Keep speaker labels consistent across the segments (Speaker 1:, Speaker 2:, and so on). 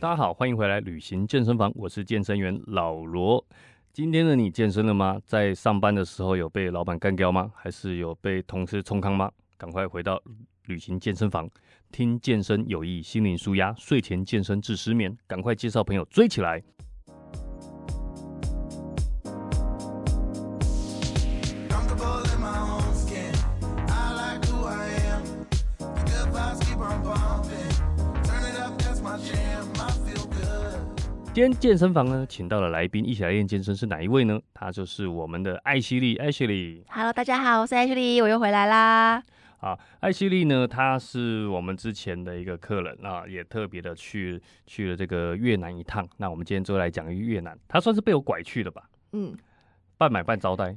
Speaker 1: 大家好，欢迎回来旅行健身房，我是健身员老罗。今天的你健身了吗？在上班的时候有被老板干掉吗？还是有被同事冲康吗？赶快回到旅行健身房，听健身有益，心灵舒压，睡前健身治失眠，赶快介绍朋友追起来。
Speaker 2: Comfortable in my own skin. I like who I am. The good vibes keep on pumping. Turn it up, that's my jam. I feel good.
Speaker 1: 今天健身房呢，请到了来宾一起来练健身是哪一位呢？他就是我们的艾希莉 Ashley。
Speaker 3: Hello，大家好，我是 Ashley，我又回来啦。
Speaker 1: 啊，艾希莉呢，她是我们之前的一个客人啊，也特别的去去了这个越南一趟。那我们今天就来讲越南，她算是被我拐去的吧，
Speaker 3: 嗯，
Speaker 1: 半买半招待，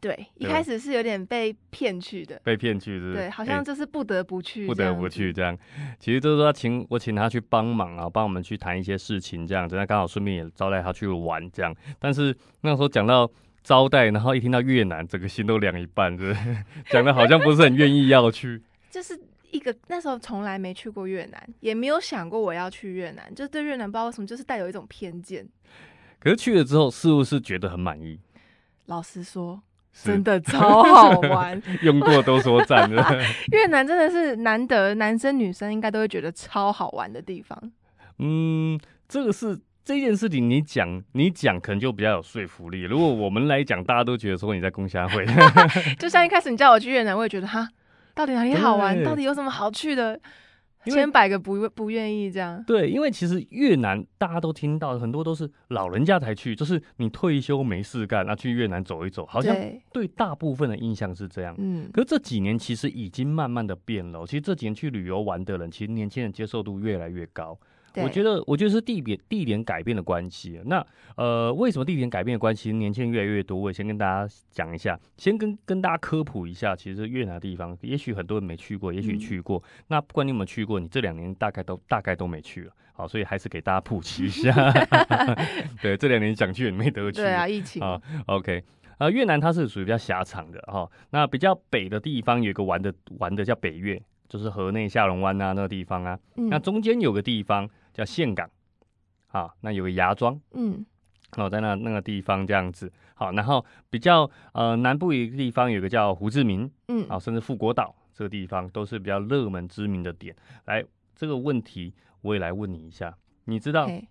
Speaker 3: 对，一
Speaker 1: 对
Speaker 3: 开始是有点被骗去的，
Speaker 1: 被骗去是不是？
Speaker 3: 对，好
Speaker 1: 哎
Speaker 3: 像就是不得不去，
Speaker 1: 不得不去。这样。其实就是说请我请他去帮忙啊，帮我们去谈一些事情这样子。那刚好顺便也招待他去玩这样。但是那时候讲到招待，然后一听到越南，整个心都凉一半，就是 讲的好像不是很愿意要去。
Speaker 3: 就是一个那时候从来没去过越南，也没有想过我要去越南，就对越南不知道为什么就是带有一种偏见。
Speaker 1: 可是去了之后，是不是觉得很满意？
Speaker 3: 老实说，
Speaker 1: 是
Speaker 3: 真的超好 玩，
Speaker 1: 用过都说赞的。
Speaker 3: 越南真的是难得男生女生应该都会觉得超好玩的地方。
Speaker 1: 嗯，这个是这件事情你讲你讲可能就比较有说服力。如果我们来讲，大家都觉得说你在公虾会，
Speaker 3: 就像一开始你叫我去越南，我也觉得哈，到底哪里好玩，
Speaker 1: 对
Speaker 3: 到底有什么好去的，
Speaker 1: 因为
Speaker 3: 千百个不不愿意这样。
Speaker 1: 对，因为其实越南大家都听到，很多都是老人家才去，就是你退休没事干，那、去越南走一走，好像
Speaker 3: 对，
Speaker 1: 对大部分的印象是这样。
Speaker 3: 嗯，
Speaker 1: 可是这几年其实已经慢慢的变了哦，其实这几年去旅游玩的人，其实年轻人接受度越来越高。我觉
Speaker 3: 得
Speaker 1: 得，我觉得是地点地点改变的关系。那呃，为什么地点改变的关系，年轻人越来越多？我也先跟大家讲一下，先跟跟大家科普一下，其实越南的地方，也许很多人没去过，也许
Speaker 3: 嗯
Speaker 1: 去过。那不管你有没有去过，你这两年大概都大概都没去了。好，所以还是给大家普及一下。 对，这两年想去也没得去。
Speaker 3: 对啊，疫情
Speaker 1: 啊 OK，呃，越南它是属于比较狭长的哈、哦。那比较北的地方有一个玩的玩的叫北越，就是河内下龙湾啊那个地方啊。
Speaker 3: 嗯
Speaker 1: 那中间有个地方叫岘港，啊，那有个芽庄，
Speaker 3: 嗯
Speaker 1: 哦，在那那个地方这样子，好，然后比较呃南部一个地方有个叫胡志明，
Speaker 3: 嗯
Speaker 1: 啊，甚至富国岛这个地方都是比较热门知名的点。来，这个问题我也来问你一下，你知道
Speaker 3: ，OK，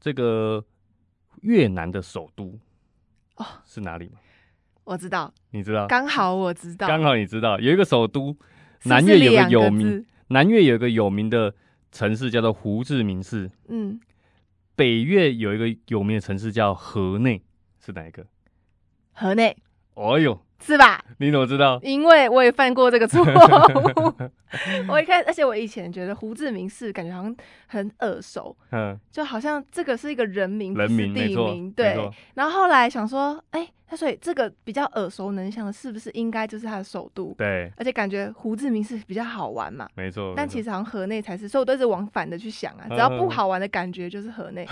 Speaker 1: 这个越南的首都
Speaker 3: 哦
Speaker 1: 是哪里吗？
Speaker 3: 我知道，
Speaker 1: 你知道？
Speaker 3: 刚好我知道，
Speaker 1: 啊刚好你知道有一个首都，
Speaker 3: 是不是
Speaker 1: 南越有个
Speaker 3: 两
Speaker 1: 有
Speaker 3: 个
Speaker 1: 名
Speaker 3: 字，
Speaker 1: 南越有一个有名的城市叫做胡志明市。
Speaker 3: 嗯，
Speaker 1: 北越有一个有名的城市叫河内，是哪一个？
Speaker 3: 河内
Speaker 1: 哦呦，
Speaker 3: 是吧？
Speaker 1: 你怎么知 道？
Speaker 3: 因为我也犯过这 个错误，我一开，而且我以前觉得胡志明市感觉好像很耳熟，
Speaker 1: 嗯，
Speaker 3: 就好像这个是一个人名，
Speaker 1: 人
Speaker 3: 不是
Speaker 1: 名没
Speaker 3: 地
Speaker 1: 错，
Speaker 3: 名，
Speaker 1: 没
Speaker 3: 对
Speaker 1: 错。，
Speaker 3: 然后后来想说，哎、那所以这个比较耳熟能详的，是不是应该就是它的首都？
Speaker 1: 对，
Speaker 3: 而且感觉胡志明市比较好玩嘛，
Speaker 1: 没错。
Speaker 3: 但其
Speaker 1: 实
Speaker 3: 实好像河内才是，所以我都是往反的去想啊，只要
Speaker 1: 嗯
Speaker 3: 不好玩的感觉就是河 内。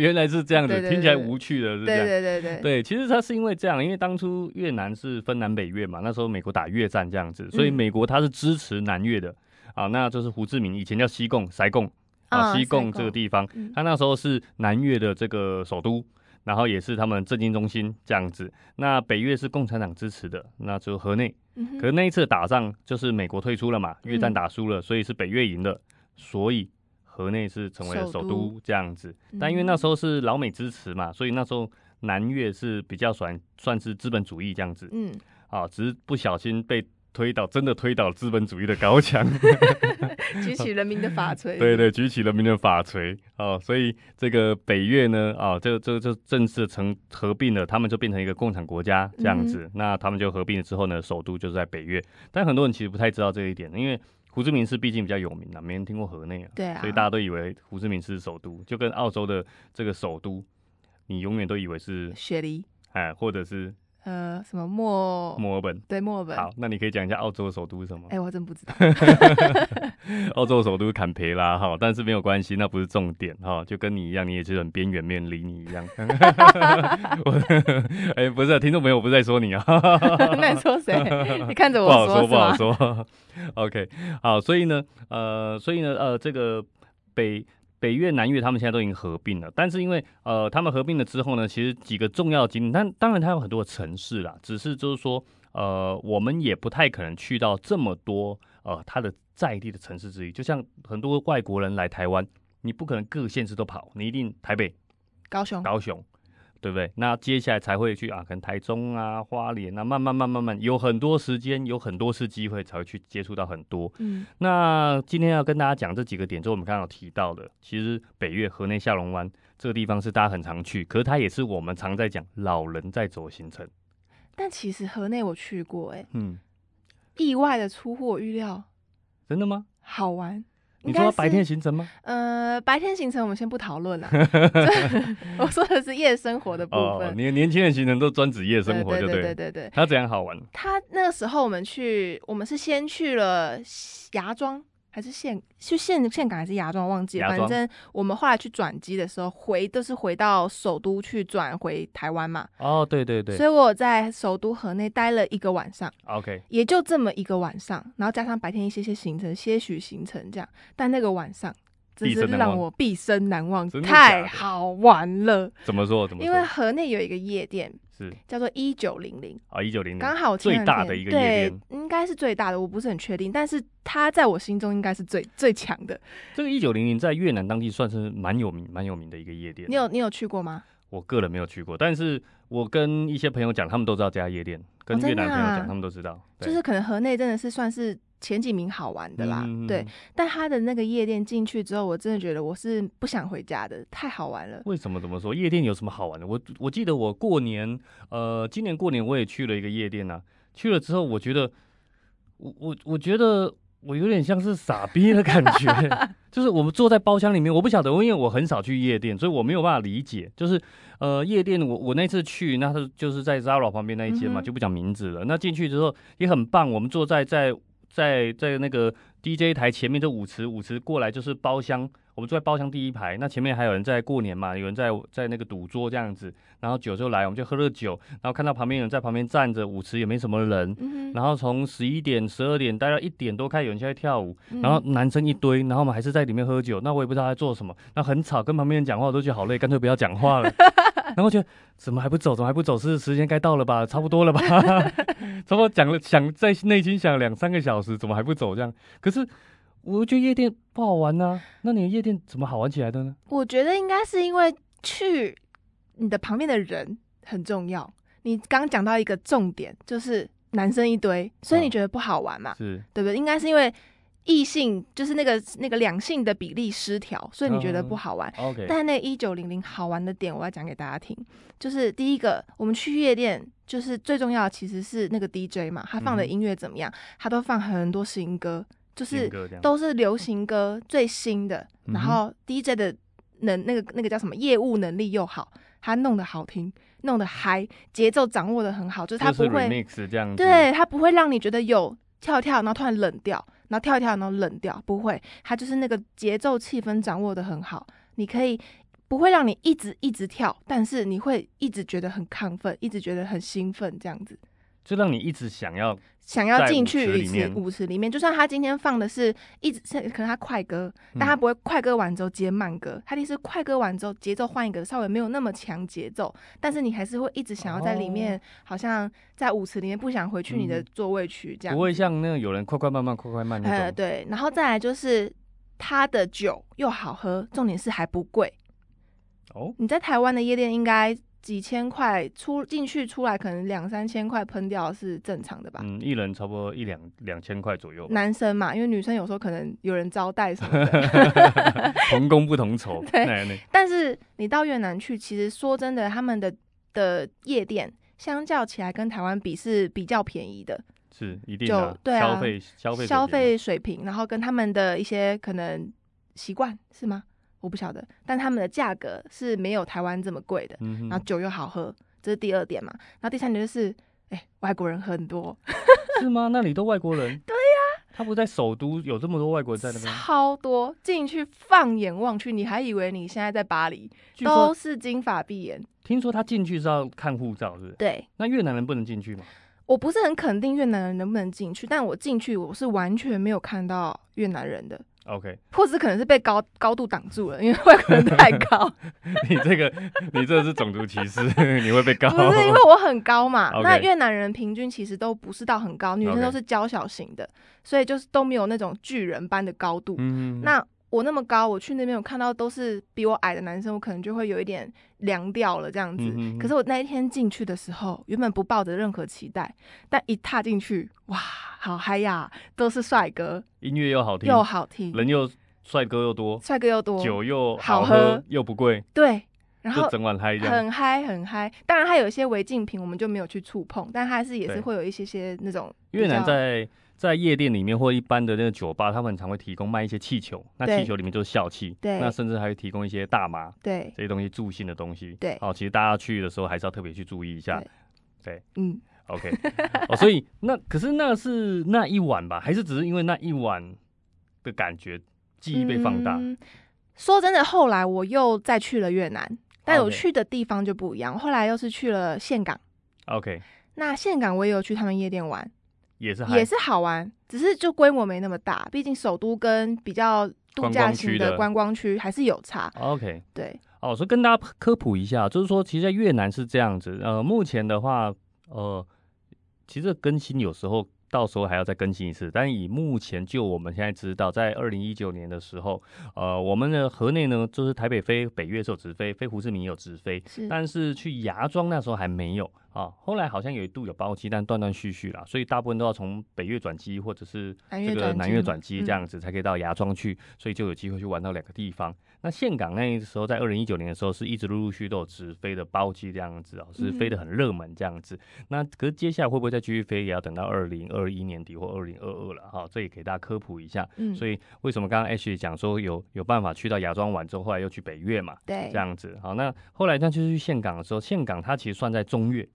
Speaker 1: 原来是这样子
Speaker 3: 对，对对
Speaker 1: 听起来无趣的是这
Speaker 3: 对
Speaker 1: 样。
Speaker 3: 对对对，
Speaker 1: 对，其实它是因为这样，因为当初越南是分南北越嘛，那时候美国打越战这样子，所以
Speaker 3: 嗯
Speaker 1: 美国它是支持南越的啊，那就是胡志明以前叫西贡、塞贡啊，
Speaker 3: 啊
Speaker 1: 西贡
Speaker 3: 塞贡
Speaker 1: 这个地方，
Speaker 3: 嗯
Speaker 1: 它那时候是南越的这个首都，然后也是他们政经中心这样子。那北越是共产党支持的，那就河内。
Speaker 3: 嗯哼
Speaker 1: 可是那一次打仗就是美国退出了嘛，越战
Speaker 3: 嗯
Speaker 1: 打输了，所以是北越赢了，所以河内是成为了
Speaker 3: 首
Speaker 1: 首
Speaker 3: 都
Speaker 1: 都这样子。
Speaker 3: 嗯
Speaker 1: 但因为那时候是老美支持嘛，所以那时候南越是比较算算是资本主义这样子
Speaker 3: 嗯，
Speaker 1: 啊，只是不小心被推倒，真的推倒资本主义的高墙。
Speaker 3: 举起人民的 法锤。
Speaker 1: 对对，举起人民的法锤哦，所以这个北越呢，啊、这这这正式成合并了，他们就变成一个共产国家这样子。那他们就合并了之后呢，首都就是在北越，但很多人其实不太知道这一点，因为胡志明市毕竟比较有名啊，没人听过河内啊，
Speaker 3: 对啊，
Speaker 1: 所以大家都以为胡志明市是首都，就跟澳洲的这个首都，你永远都以为是
Speaker 3: 雪梨，
Speaker 1: 哎，或者是
Speaker 3: 呃，什么墨，
Speaker 1: 墨尔本。
Speaker 3: 对墨尔本。
Speaker 1: 好，那你可以讲一下澳洲的首都是什么？
Speaker 3: 哎、我还真 不知道。
Speaker 1: 澳洲首都坎培拉哈，但是没有关系，那不是重点哈，就跟你一样，你也是很边缘，没人理你一样。 我哎、不是、啊，听众朋友，我不是在说你啊，
Speaker 3: 那你说 谁？你看着
Speaker 1: 不好
Speaker 3: 我
Speaker 1: 说，
Speaker 3: 是
Speaker 1: 不好
Speaker 3: 吗？
Speaker 1: 说。OK，好，所以呢，呃，所以呢，呃，这个北北越、南越他们现在都已经合并了，但是因为呃他们合并了之后呢，其实几个重要景点，但当然它有很多的城市啦，只是就是说呃我们也不太可能去到这么多呃它的在地的城市之一，就像很多外国人来台湾，你不可能各县市都跑，你一定台北、
Speaker 3: 高雄，
Speaker 1: 高雄，对不对？那接下来才会去啊，可能台中啊、花莲啊，慢慢、慢、慢慢，有很多时间，有很多次机会才会去接触到很多。
Speaker 3: 嗯，
Speaker 1: 那今天要跟大家讲这几个点，就我们刚刚有提到的，其实北岳河内下龙湾这个地方是大家很常去，可是它也是我们常在讲老人在走行程。
Speaker 3: 但其实河内我去过、欸，哎，
Speaker 1: 嗯，
Speaker 3: 意外的出乎我预料，
Speaker 1: 真的吗？
Speaker 3: 好玩。
Speaker 1: 你
Speaker 3: 应
Speaker 1: 说
Speaker 3: 该
Speaker 1: 它白天
Speaker 3: 是
Speaker 1: 行程吗？
Speaker 3: 呃，白天行程我们先不讨 论了， 这我说的是夜生活的部
Speaker 1: 哦，
Speaker 3: 分。
Speaker 1: 你的年轻人行程都专指夜
Speaker 3: 对
Speaker 1: 生活就
Speaker 3: 对
Speaker 1: 对
Speaker 3: 对
Speaker 1: 了。
Speaker 3: 对对，
Speaker 1: 它怎样好玩？
Speaker 3: 他那个时候我们去，我们是先去了芽庄还是岘？去岘岘港还是芽庄？忘记了。
Speaker 1: 芽庄
Speaker 3: 反正我们后来去转机的时候，回都是回到首都去转回台湾嘛。
Speaker 1: 哦，对对对
Speaker 3: 所以我有在首都河内待了一个晚上，
Speaker 1: ，OK，
Speaker 3: 也就这么一个晚上，然后加上白天一些些行程、些许行程这样。但那个晚上真
Speaker 1: 毕
Speaker 3: 是
Speaker 1: 生难
Speaker 3: 让
Speaker 1: 忘
Speaker 3: 我毕生难忘，
Speaker 1: 真的假
Speaker 3: 太
Speaker 1: 的
Speaker 3: 好玩了。
Speaker 1: 怎么说？怎么
Speaker 3: 因为
Speaker 1: 说？
Speaker 3: 河内有一个夜店
Speaker 1: 是
Speaker 3: 叫做一九零零。
Speaker 1: 啊，一九零零，
Speaker 3: 刚好我前
Speaker 1: 最
Speaker 3: 两
Speaker 1: 大
Speaker 3: 天
Speaker 1: 的一个夜店
Speaker 3: 对，应该是最大的，我不是很确定，但是它在我心中应该是最最强的。
Speaker 1: 这个一九零零在越南当地算是蛮有名、蛮有名的一个夜店。啊
Speaker 3: 你有你有去过吗？
Speaker 1: 我个人没有去过，但是我跟一些朋友讲，他们都知道这家夜店，跟
Speaker 3: 真的
Speaker 1: 越南朋友讲，
Speaker 3: 啊
Speaker 1: 他们都知道。对
Speaker 3: 就是可能河内真的是算是前几名好玩的啦，
Speaker 1: 嗯
Speaker 3: 对。但它的那个夜店进去之后，我真的觉得我是不想回家的，太好玩了。
Speaker 1: 为什么？怎么说？夜店有什么好玩的？我我记得我过年，呃，今年过年我也去了一个夜店啊。去了之后，我觉得，我我我觉得我有点像是傻逼的感 觉，就是我们坐在包厢里面，我不晓得，因为我很少去夜店，所以我没有办法理解。就是呃，夜店我我那次去，那是就是在 Zara 旁边那一间嘛，
Speaker 3: 嗯哼
Speaker 1: 就不讲名字了。那进去之后也很棒，我们坐在在在在那个 DJ 台前面这舞池，舞池过来就是包厢，我们坐在包厢第一排，那前面还有人在过年嘛，有人在在那个赌桌这样子，然后酒就来，我们就喝了酒，然后看到旁边有人在旁边站着，舞池也没什么人，
Speaker 3: 嗯
Speaker 1: 然后从十一点、十二点待到一点多，看有人在跳舞，
Speaker 3: 哼，
Speaker 1: 然后
Speaker 3: 嗯
Speaker 1: 男生一堆，然后我们还是在里面喝酒，那我也不知道他在做什么，那很吵，跟旁边人讲话我都觉得好累，干脆不要讲话了。 然后觉得怎么还不走，怎么还不走？是时间该到了吧，差不多了吧？ 差不多讲了想在内心想两三个小时，怎么还不走？这样，可是我觉得夜店不好玩呐、那你的夜店怎么好玩起来的呢？
Speaker 3: 我觉得应该是因为去你的旁边的人很重要。你刚讲到一个重点，就是男生一堆，所以
Speaker 1: 嗯
Speaker 3: 你觉得不好玩嘛？
Speaker 1: 是
Speaker 3: 对不对？应该是因为异性就是那个那个两性的比例失调，所以你觉得
Speaker 1: 嗯
Speaker 3: 不好玩。
Speaker 1: OK，
Speaker 3: 但那一九零零好玩的点，我要讲给大家听，就是第一个，我们去夜店，就是最重要的其实是那个 DJ 嘛，他放的
Speaker 1: 嗯哼
Speaker 3: 音乐怎么样？他都放很多新歌，就是
Speaker 1: 听歌这样
Speaker 3: 都是流行歌最新的，
Speaker 1: 嗯哼
Speaker 3: 然后 DJ 的能那个那个叫什么业务能力又好，他弄得好听，弄得嗨，节奏掌握的很好，就是他
Speaker 1: 就是
Speaker 3: 不会
Speaker 1: remix 这样子，
Speaker 3: 对，它不会让你觉得有跳一跳，然后突然冷掉，然后跳一跳，然后冷掉，不会，它就是那个节奏气氛掌握的很好，你可以不会让你一直一直跳，但是你会一直觉得很亢奋，一直觉得很兴奋，这样子
Speaker 1: 就让你一直想要
Speaker 3: 想
Speaker 1: 在
Speaker 3: 要
Speaker 1: 舞
Speaker 3: 进
Speaker 1: 池
Speaker 3: 去
Speaker 1: 里
Speaker 3: 一次
Speaker 1: 面
Speaker 3: 舞池里面，就算他今天放的是一直是可能他快歌，但他
Speaker 1: 嗯
Speaker 3: 不会快歌完之后接慢歌，他一定是快歌完之后节奏换一个稍微没有那么强节奏，但是你还是会一直想要在里面，好像在舞池里面不想回去你的
Speaker 1: 哦嗯
Speaker 3: 座位去这样子，
Speaker 1: 不会像那个有人快快慢慢快快慢那种，
Speaker 3: 呃，对，然后再来就是它的酒又好喝，重点是还不贵。
Speaker 1: 哦，
Speaker 3: 你在台湾的夜店应该几千块出进去出来，可能两三千块喷掉是正常的吧？
Speaker 1: 嗯，一人差不多一两两千块左右吧，
Speaker 3: 男生嘛，因为女生有时候可能有人招待什么的，
Speaker 1: 同工不同酬，
Speaker 3: 对
Speaker 1: 那那
Speaker 3: 但是你到越南去，其实说真的，他们的的夜店相较起来跟台湾比是比较便宜的，
Speaker 1: 是一定的
Speaker 3: 就对啊
Speaker 1: 消费消费水
Speaker 3: 消
Speaker 1: 平
Speaker 3: 费水平，然后跟他们的一些可能习惯是吗？我不晓得，但他们的价格是没有台湾这么贵的。
Speaker 1: 嗯哼
Speaker 3: 然后，酒又好喝，这是第二点嘛。然后第三点就是，哎、外国人很多，
Speaker 1: 是吗？那里都外国 人？对呀、他不在首都有这么多外国人在那边，
Speaker 3: 超多，进去放眼望去，你还以为你现在在巴黎，
Speaker 1: 据
Speaker 3: 都
Speaker 1: 说
Speaker 3: 是金发碧眼。
Speaker 1: 听说他进去是要看护照，是不是？
Speaker 3: 对
Speaker 1: 那越南人不能进去吗？
Speaker 3: 我不是很肯定越南人能不能进去，但我进去我是完全没有看到越南人的，
Speaker 1: OK，
Speaker 3: 或者是可能是被高高度挡住了，因为外国人太高，
Speaker 1: 你这个你这是种族歧视， 你会被告。
Speaker 3: 不是因为我很高嘛
Speaker 1: OK
Speaker 3: 那越南人平均其实都不是到很高，女生
Speaker 1: OK
Speaker 3: 都是娇小型的所以就是都没有那种巨人般的高度。
Speaker 1: 嗯，
Speaker 3: 那我那么高，我去那边我看到都是比我矮的男生，我可能就会有一点凉掉了这样子。
Speaker 1: 嗯哼
Speaker 3: 可是我那一天进去的时候，原本不抱着任何期待，但一踏进去，哇，好嗨呀，都是帅哥，
Speaker 1: 音乐又好听，
Speaker 3: 又好听，
Speaker 1: 人又帅哥又多，
Speaker 3: 帅哥又多，
Speaker 1: 酒又
Speaker 3: 好
Speaker 1: 喝
Speaker 3: 喝
Speaker 1: 又不贵，
Speaker 3: 对，然后
Speaker 1: 就整晚嗨这样。
Speaker 3: 很嗨很嗨。当然，它有一些违禁品，我们就没有去触碰，但它还是也
Speaker 1: 对
Speaker 3: 是会有一些些那种比较
Speaker 1: 越南在在夜店里面或一般的那个酒吧，他们很常会提供卖一些气球，那
Speaker 3: 对
Speaker 1: 气球里面就是笑气，
Speaker 3: 对
Speaker 1: 那甚至还会提供一些大麻
Speaker 3: 对
Speaker 1: 这些东西助兴的东西。
Speaker 3: 对
Speaker 1: 好、其实大家去的时候还是要特别去注意一下
Speaker 3: 对。嗯
Speaker 1: OK，哦， 所以那可是那是那一晚吧，还是只是因为那一晚的感觉记忆被放大？
Speaker 3: 嗯说真的，后来我又再去了越南，但我
Speaker 1: OK
Speaker 3: 去的地方就不一样。后来又是去了岘港，
Speaker 1: OK，
Speaker 3: 那岘港我也有去他们夜店玩，
Speaker 1: 也是
Speaker 3: 也
Speaker 1: 嗨，
Speaker 3: 是好玩，只是就规模没那么大，毕竟首都跟比较度
Speaker 1: 观
Speaker 3: 假
Speaker 1: 光区
Speaker 3: 型
Speaker 1: 的
Speaker 3: 的观光区还是有差。
Speaker 1: OK。
Speaker 3: 对，
Speaker 1: 哦，所以跟大家科普一下，就是说，其实在越南是这样子，呃，目前的话，呃，其实更新有时候到时候还要再更新一次，但以目前就我们现在知道，在二零一九年的时候，呃，我们的河内呢，就是台北飞北越是有直飞，飞胡志明也有直飞，
Speaker 3: 是
Speaker 1: 但是去芽庄那时候还没有啊，后来好像有一度有包机，但断断续续啦，所以大部分都要从北越转机或者是
Speaker 3: 南
Speaker 1: 这
Speaker 3: 越
Speaker 1: 个
Speaker 3: 转
Speaker 1: 南
Speaker 3: 机嗯
Speaker 1: 越
Speaker 3: 嘛
Speaker 1: 转机这样子才可以到芽庄去，所以就有机会去玩到两个地方。那岘港那时候在二零一九年的时候是一直陆陆续续都有直飞的包机这样子哦，是
Speaker 3: 嗯
Speaker 1: 飞得很热门这样子。那可是接下来会不会再继续飞，也要等到二零二一年底或二零二二了哈，这也给大家科普一下。
Speaker 3: 嗯，
Speaker 1: 所以为什么刚刚 H 讲说有有办法去到芽庄玩之后，后来又去北越嘛？
Speaker 3: 对
Speaker 1: 这，样子。好，那后来那就是去岘港的时候，岘港它其实算在中越，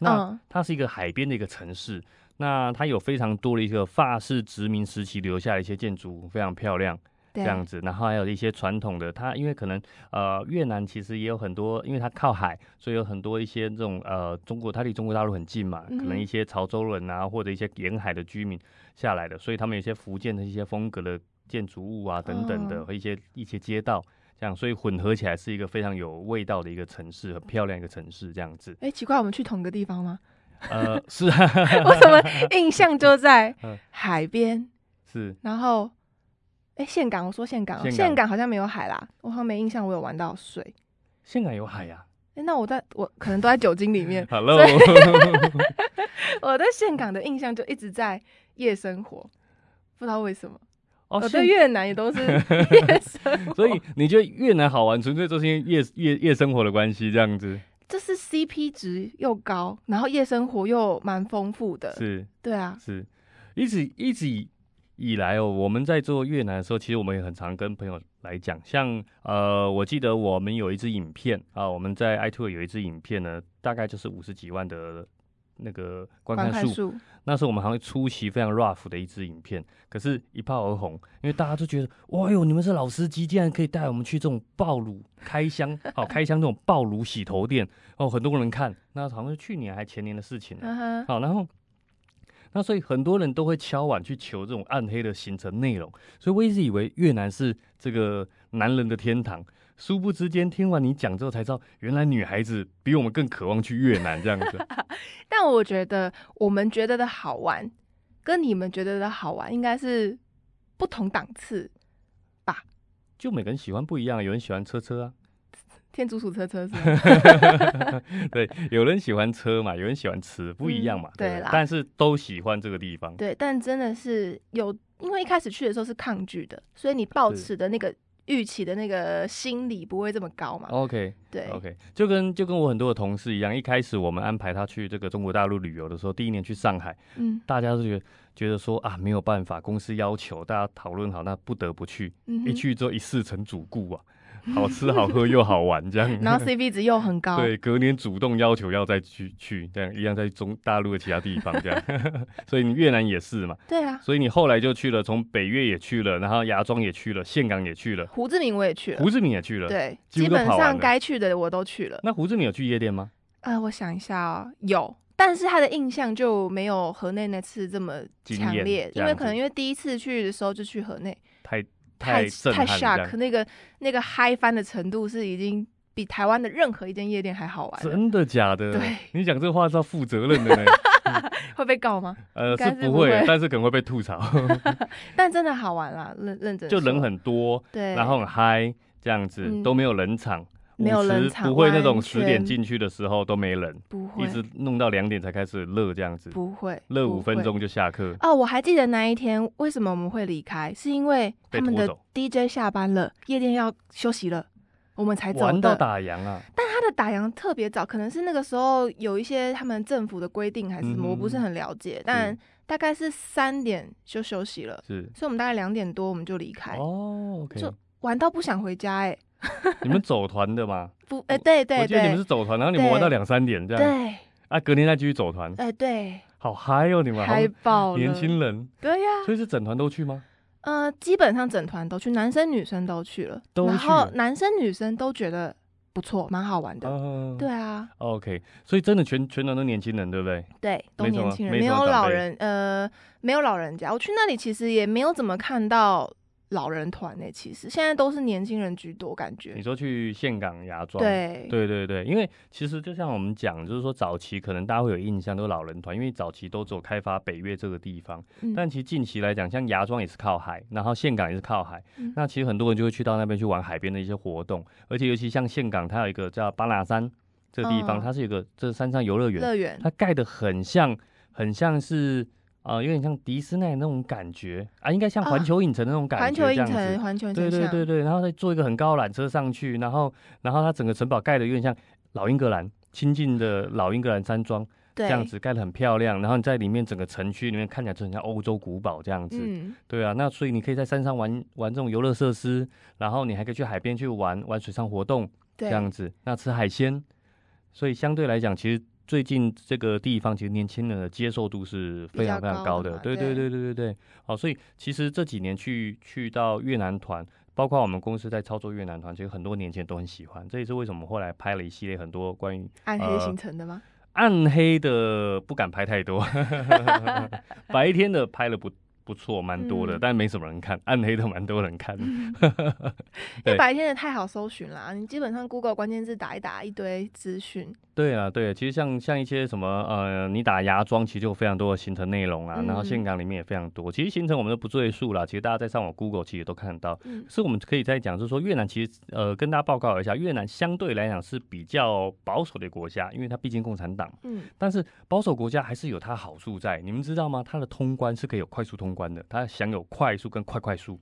Speaker 1: 那
Speaker 3: 嗯，
Speaker 1: 它是一个海边的一个城市，那它有非常多的一个法式殖民时期留下的一些建筑，非常漂亮这
Speaker 3: 对，
Speaker 1: 样子。然后还有一些传统的，它因为可能呃越南其实也有很多，因为它靠海，所以有很多一些这种呃中国，它离中国大陆很近嘛，可
Speaker 3: 嗯哼
Speaker 1: 能一些潮州人啊或者一些沿海的居民下来的，所以他们有一些福建的一些风格的建筑物啊等等的，
Speaker 3: 哦
Speaker 1: 和一些一些街道。这样，所以混合起来是一个非常有味道的一个城市，很漂亮一个城市，这样子。
Speaker 3: 哎，奇怪，我们去同个地 方吗？
Speaker 1: 呃，是啊，
Speaker 3: 我怎么印象就在
Speaker 1: 嗯
Speaker 3: 海边？
Speaker 1: 是
Speaker 3: 然后，哎，岘港，我说岘港哦，
Speaker 1: 岘港
Speaker 3: 岘港好像没有海啦，我好像没印象，我有玩到水。
Speaker 1: 岘港有海呀、，
Speaker 3: 哎，那我在我可能都在酒精里面
Speaker 1: Hello，
Speaker 3: 我对岘港的印象就一直在夜生活，不知道为什么，
Speaker 1: 哦，
Speaker 3: 我
Speaker 1: 岘
Speaker 3: 呃对越南 也都是夜生活，
Speaker 1: 所以你觉得越南好玩，纯粹就是因为夜夜夜生活的关系这样子，
Speaker 3: 就是 CP 值又高，然后夜生活又蛮丰富的，
Speaker 1: 是
Speaker 3: 对啊，
Speaker 1: 是，一直一直以以来哦，我们在做越南的时候，其实我们也很常跟朋友来讲，像呃，我记得我们有一支影片啊，我们在 iTunes 有一支影片呢，大概就是五十几万的那个观
Speaker 3: 观
Speaker 1: 看
Speaker 3: 看
Speaker 1: 数，
Speaker 3: 数
Speaker 1: 那是我们好像初期非常 rough 的一支影片，可是一炮而红，因为大家都觉得，哇哟，你们是老司机，竟然可以带我们去这种爆乳开箱，好、开箱这种爆乳洗头店，哦，很多人看，那好像是去年还前年的事情了。
Speaker 3: 嗯哼，
Speaker 1: 好，然后那所以很多人都会敲碗去求这种暗黑的行程内容，所以我一直以为越南是这个男人的天堂，殊不知间听完你讲之后才知道，原来女孩子比我们更渴望去越南这样子。
Speaker 3: 但我觉得我们觉得的好玩，跟你们觉得的好玩应该是不同档次。
Speaker 1: 就每个人喜欢不一样，有人喜欢车车啊，
Speaker 3: 天竺鼠车车是 吗
Speaker 1: 对，有人喜欢车嘛，有人喜欢吃，不一样嘛，
Speaker 3: 嗯
Speaker 1: 对不
Speaker 3: 对啦
Speaker 1: 但是都喜欢这个地方，
Speaker 3: 对，但真的是有，因为一开始去的时候是抗拒的，所以你抱持的那个预期的那个心理不会这么高嘛。
Speaker 1: OK
Speaker 3: 对，
Speaker 1: 哦 OK，就跟就跟我很多的同事一样，一开始我们安排他去这个中国大陆旅游的时候，第一年去上海，
Speaker 3: 嗯
Speaker 1: 大家都觉得觉得说啊没有办法，公司要求，大家讨论好，那不得不去，
Speaker 3: 嗯
Speaker 1: 一
Speaker 3: 哼，
Speaker 1: 去之后一试成主顾啊，好吃好喝又好玩这样，
Speaker 3: 然后 CP 值又很高，
Speaker 1: 对，隔年主动要求要再去去，这样一样在中大陆的其他地方这样， 所以你越南也是嘛，
Speaker 3: 对啊。
Speaker 1: 所以你后来就去了，从北越也去了，然后芽庄也去了，岘港也去了，
Speaker 3: 胡志明我也去了，
Speaker 1: 胡志明也去了。，
Speaker 3: 对，
Speaker 1: 几乎
Speaker 3: 基
Speaker 1: 都
Speaker 3: 本
Speaker 1: 跑完
Speaker 3: 上
Speaker 1: 了
Speaker 3: 该去的我都去了。
Speaker 1: 那胡志明有去夜店吗？
Speaker 3: 呃，我想一下哦，有，但是他的印象就没有河内那次这么
Speaker 1: 惊
Speaker 3: 强
Speaker 1: 艳
Speaker 3: 烈，
Speaker 1: 这
Speaker 3: 因为
Speaker 1: 样
Speaker 3: 可能
Speaker 1: 子
Speaker 3: 因为第一次去的时候就去河内，
Speaker 1: 太
Speaker 3: 太
Speaker 1: 震
Speaker 3: 太
Speaker 1: 撼了这
Speaker 3: shock，
Speaker 1: 样。
Speaker 3: 那个那个嗨翻的程度是已经比台湾的任何一间夜店还好玩了，
Speaker 1: 真的假的？
Speaker 3: 对
Speaker 1: 你讲这话是要负责任的呢。
Speaker 3: 会被告吗？
Speaker 1: 呃，
Speaker 3: 应该
Speaker 1: 是
Speaker 3: 是
Speaker 1: 不
Speaker 3: 不
Speaker 1: 会，
Speaker 3: 会
Speaker 1: 但是可能会被吐槽。
Speaker 3: 但真的好玩啦，认认真
Speaker 1: 就
Speaker 3: 说
Speaker 1: 人很多，
Speaker 3: 对，
Speaker 1: 然后很嗨，这样子、
Speaker 3: 嗯
Speaker 1: 都没有人场，
Speaker 3: 没有人
Speaker 1: 舞
Speaker 3: 场
Speaker 1: 池不会那种
Speaker 3: 完
Speaker 1: 十点
Speaker 3: 全
Speaker 1: 进去的时候都没人，
Speaker 3: 不会
Speaker 1: 一直弄到两点才开始热这样子，
Speaker 3: 不会
Speaker 1: 热
Speaker 3: 不
Speaker 1: 五分
Speaker 3: 会
Speaker 1: 钟就下课。
Speaker 3: 哦，我还记得那一天，为什么我们会离开？是因为
Speaker 1: 被
Speaker 3: 他们
Speaker 1: 拖
Speaker 3: 的
Speaker 1: 走
Speaker 3: DJ 下班了，夜店要休息了，我们才走
Speaker 1: 玩到
Speaker 3: 的。
Speaker 1: 打烊啊！
Speaker 3: 他的打烊特别早，可能是那个时候有一些他们政府的规定还是什么，
Speaker 1: 嗯
Speaker 3: 我不是很了解，但大概是三点就休息了，
Speaker 1: 是
Speaker 3: 所以我们大概两点多我们就离开，
Speaker 1: 哦，OK，
Speaker 3: 就 玩到不想回家、哎，
Speaker 1: 你们走团的嘛？
Speaker 3: 不，哎、对
Speaker 1: 我
Speaker 3: 对
Speaker 1: 记得你们
Speaker 3: 对
Speaker 1: 是走团，然后你们
Speaker 3: 对
Speaker 1: 玩到两三点这
Speaker 3: 对，
Speaker 1: 样，
Speaker 3: 哎、
Speaker 1: 啊，隔天再继续走团，
Speaker 3: 对，
Speaker 1: 好嗨哦！你们好
Speaker 3: 嗨爆了，
Speaker 1: 年轻人，
Speaker 3: 对呀、
Speaker 1: 所以是整团都去吗？
Speaker 3: 呃，基本上整团都去，男生女生都去了，
Speaker 1: 都
Speaker 3: 然
Speaker 1: 去
Speaker 3: 后
Speaker 1: 了
Speaker 3: 男生女生都觉得不错，蛮好玩的。
Speaker 1: 嗯，
Speaker 3: 对啊，
Speaker 1: ，OK，所以真的全全团都年轻人，对不对？
Speaker 3: 对，都
Speaker 1: 没什
Speaker 3: 年
Speaker 1: 么
Speaker 3: 轻人，
Speaker 1: 没
Speaker 3: 没
Speaker 1: 什么
Speaker 3: 有
Speaker 1: 长
Speaker 3: 老
Speaker 1: 辈
Speaker 3: 人，呃，没有老人家。我去那里其实也没有怎么看到老人团呢、其实现在都是年轻人居多，感
Speaker 1: 你
Speaker 3: 觉。
Speaker 1: 说去岘港芽庄，
Speaker 3: 对
Speaker 1: 啊对对对，因为其实就像我们讲，就是说早期可能大家会有印象都是老人团，因为早期都只有开发北越这个地方，
Speaker 3: 嗯
Speaker 1: 但其实近期来讲，像芽庄也是靠海，然后岘港也是靠海，
Speaker 3: 嗯
Speaker 1: 那其实很多人就会去到那边去玩海边的一些活动，而且尤其像岘港，它有一个叫巴拿山这个地方，
Speaker 3: 嗯
Speaker 1: 它是有一个这山上游乐园，
Speaker 3: 乐园
Speaker 1: 它盖的很像，很像是。啊、有点像迪士尼那种感觉啊，应该像环
Speaker 3: 啊
Speaker 1: 球影城那种感
Speaker 3: 环
Speaker 1: 觉
Speaker 3: 球
Speaker 1: 这
Speaker 3: 影
Speaker 1: 样子。
Speaker 3: 城，环球影
Speaker 1: 对对
Speaker 3: 城像
Speaker 1: 对对，然后再坐一个很高的缆车上去，然后然后它整个城堡盖的有点像老英格兰亲近的老英格兰山庄这
Speaker 3: 对
Speaker 1: 样，子，盖的很漂亮。然后你在里面整个城区里面看起来就很像欧洲古堡这样子。
Speaker 3: 嗯，
Speaker 1: 对啊，那所以你可以在山上玩玩这种游乐设施，然后你还可以去海边去玩玩水上活动这
Speaker 3: 对，
Speaker 1: 样子，那吃海鲜。所以相对来讲，其实最近这个地方其实年轻人的接受度是非常
Speaker 3: 比较
Speaker 1: 非常
Speaker 3: 高
Speaker 1: 高
Speaker 3: 的
Speaker 1: 的。
Speaker 3: 嘛
Speaker 1: 对对对对对对。好，所以其实这几年去去到越南团，包括我们公司在操作越南团，其实很多年轻人都很喜欢。这也是为什么后来拍了一系列很多关于
Speaker 3: 暗黑
Speaker 1: 呃
Speaker 3: 形成 的吗？
Speaker 1: 暗黑的，不敢拍太 多，白天的拍了不。不错，蛮多的，
Speaker 3: 嗯
Speaker 1: 但没什么人看。暗黑的蛮多人看的，
Speaker 3: 因
Speaker 1: 对
Speaker 3: 为白天的太好搜寻啦，你基本上 Google 关键字打一打，一堆资讯。
Speaker 1: 对啊，对啊，其实像像一些什么呃，你打芽庄，其实就有非常多的行程内容啊，然后
Speaker 3: 嗯
Speaker 1: 岘港里面也非常多。其实行程我们都不赘述啦，其实大家在上网 Google 其实也都看得到。
Speaker 3: 嗯
Speaker 1: 可是我们可以再讲，就是说越南其实呃，跟大家报告一下，越南相对来讲是比较保守的国家，因为它毕竟共产党嘛。
Speaker 3: 嗯，
Speaker 1: 但是保守国家还是有它好处在，你们知道吗？它的通关是可以有快速通关的，它享有快速跟快快速。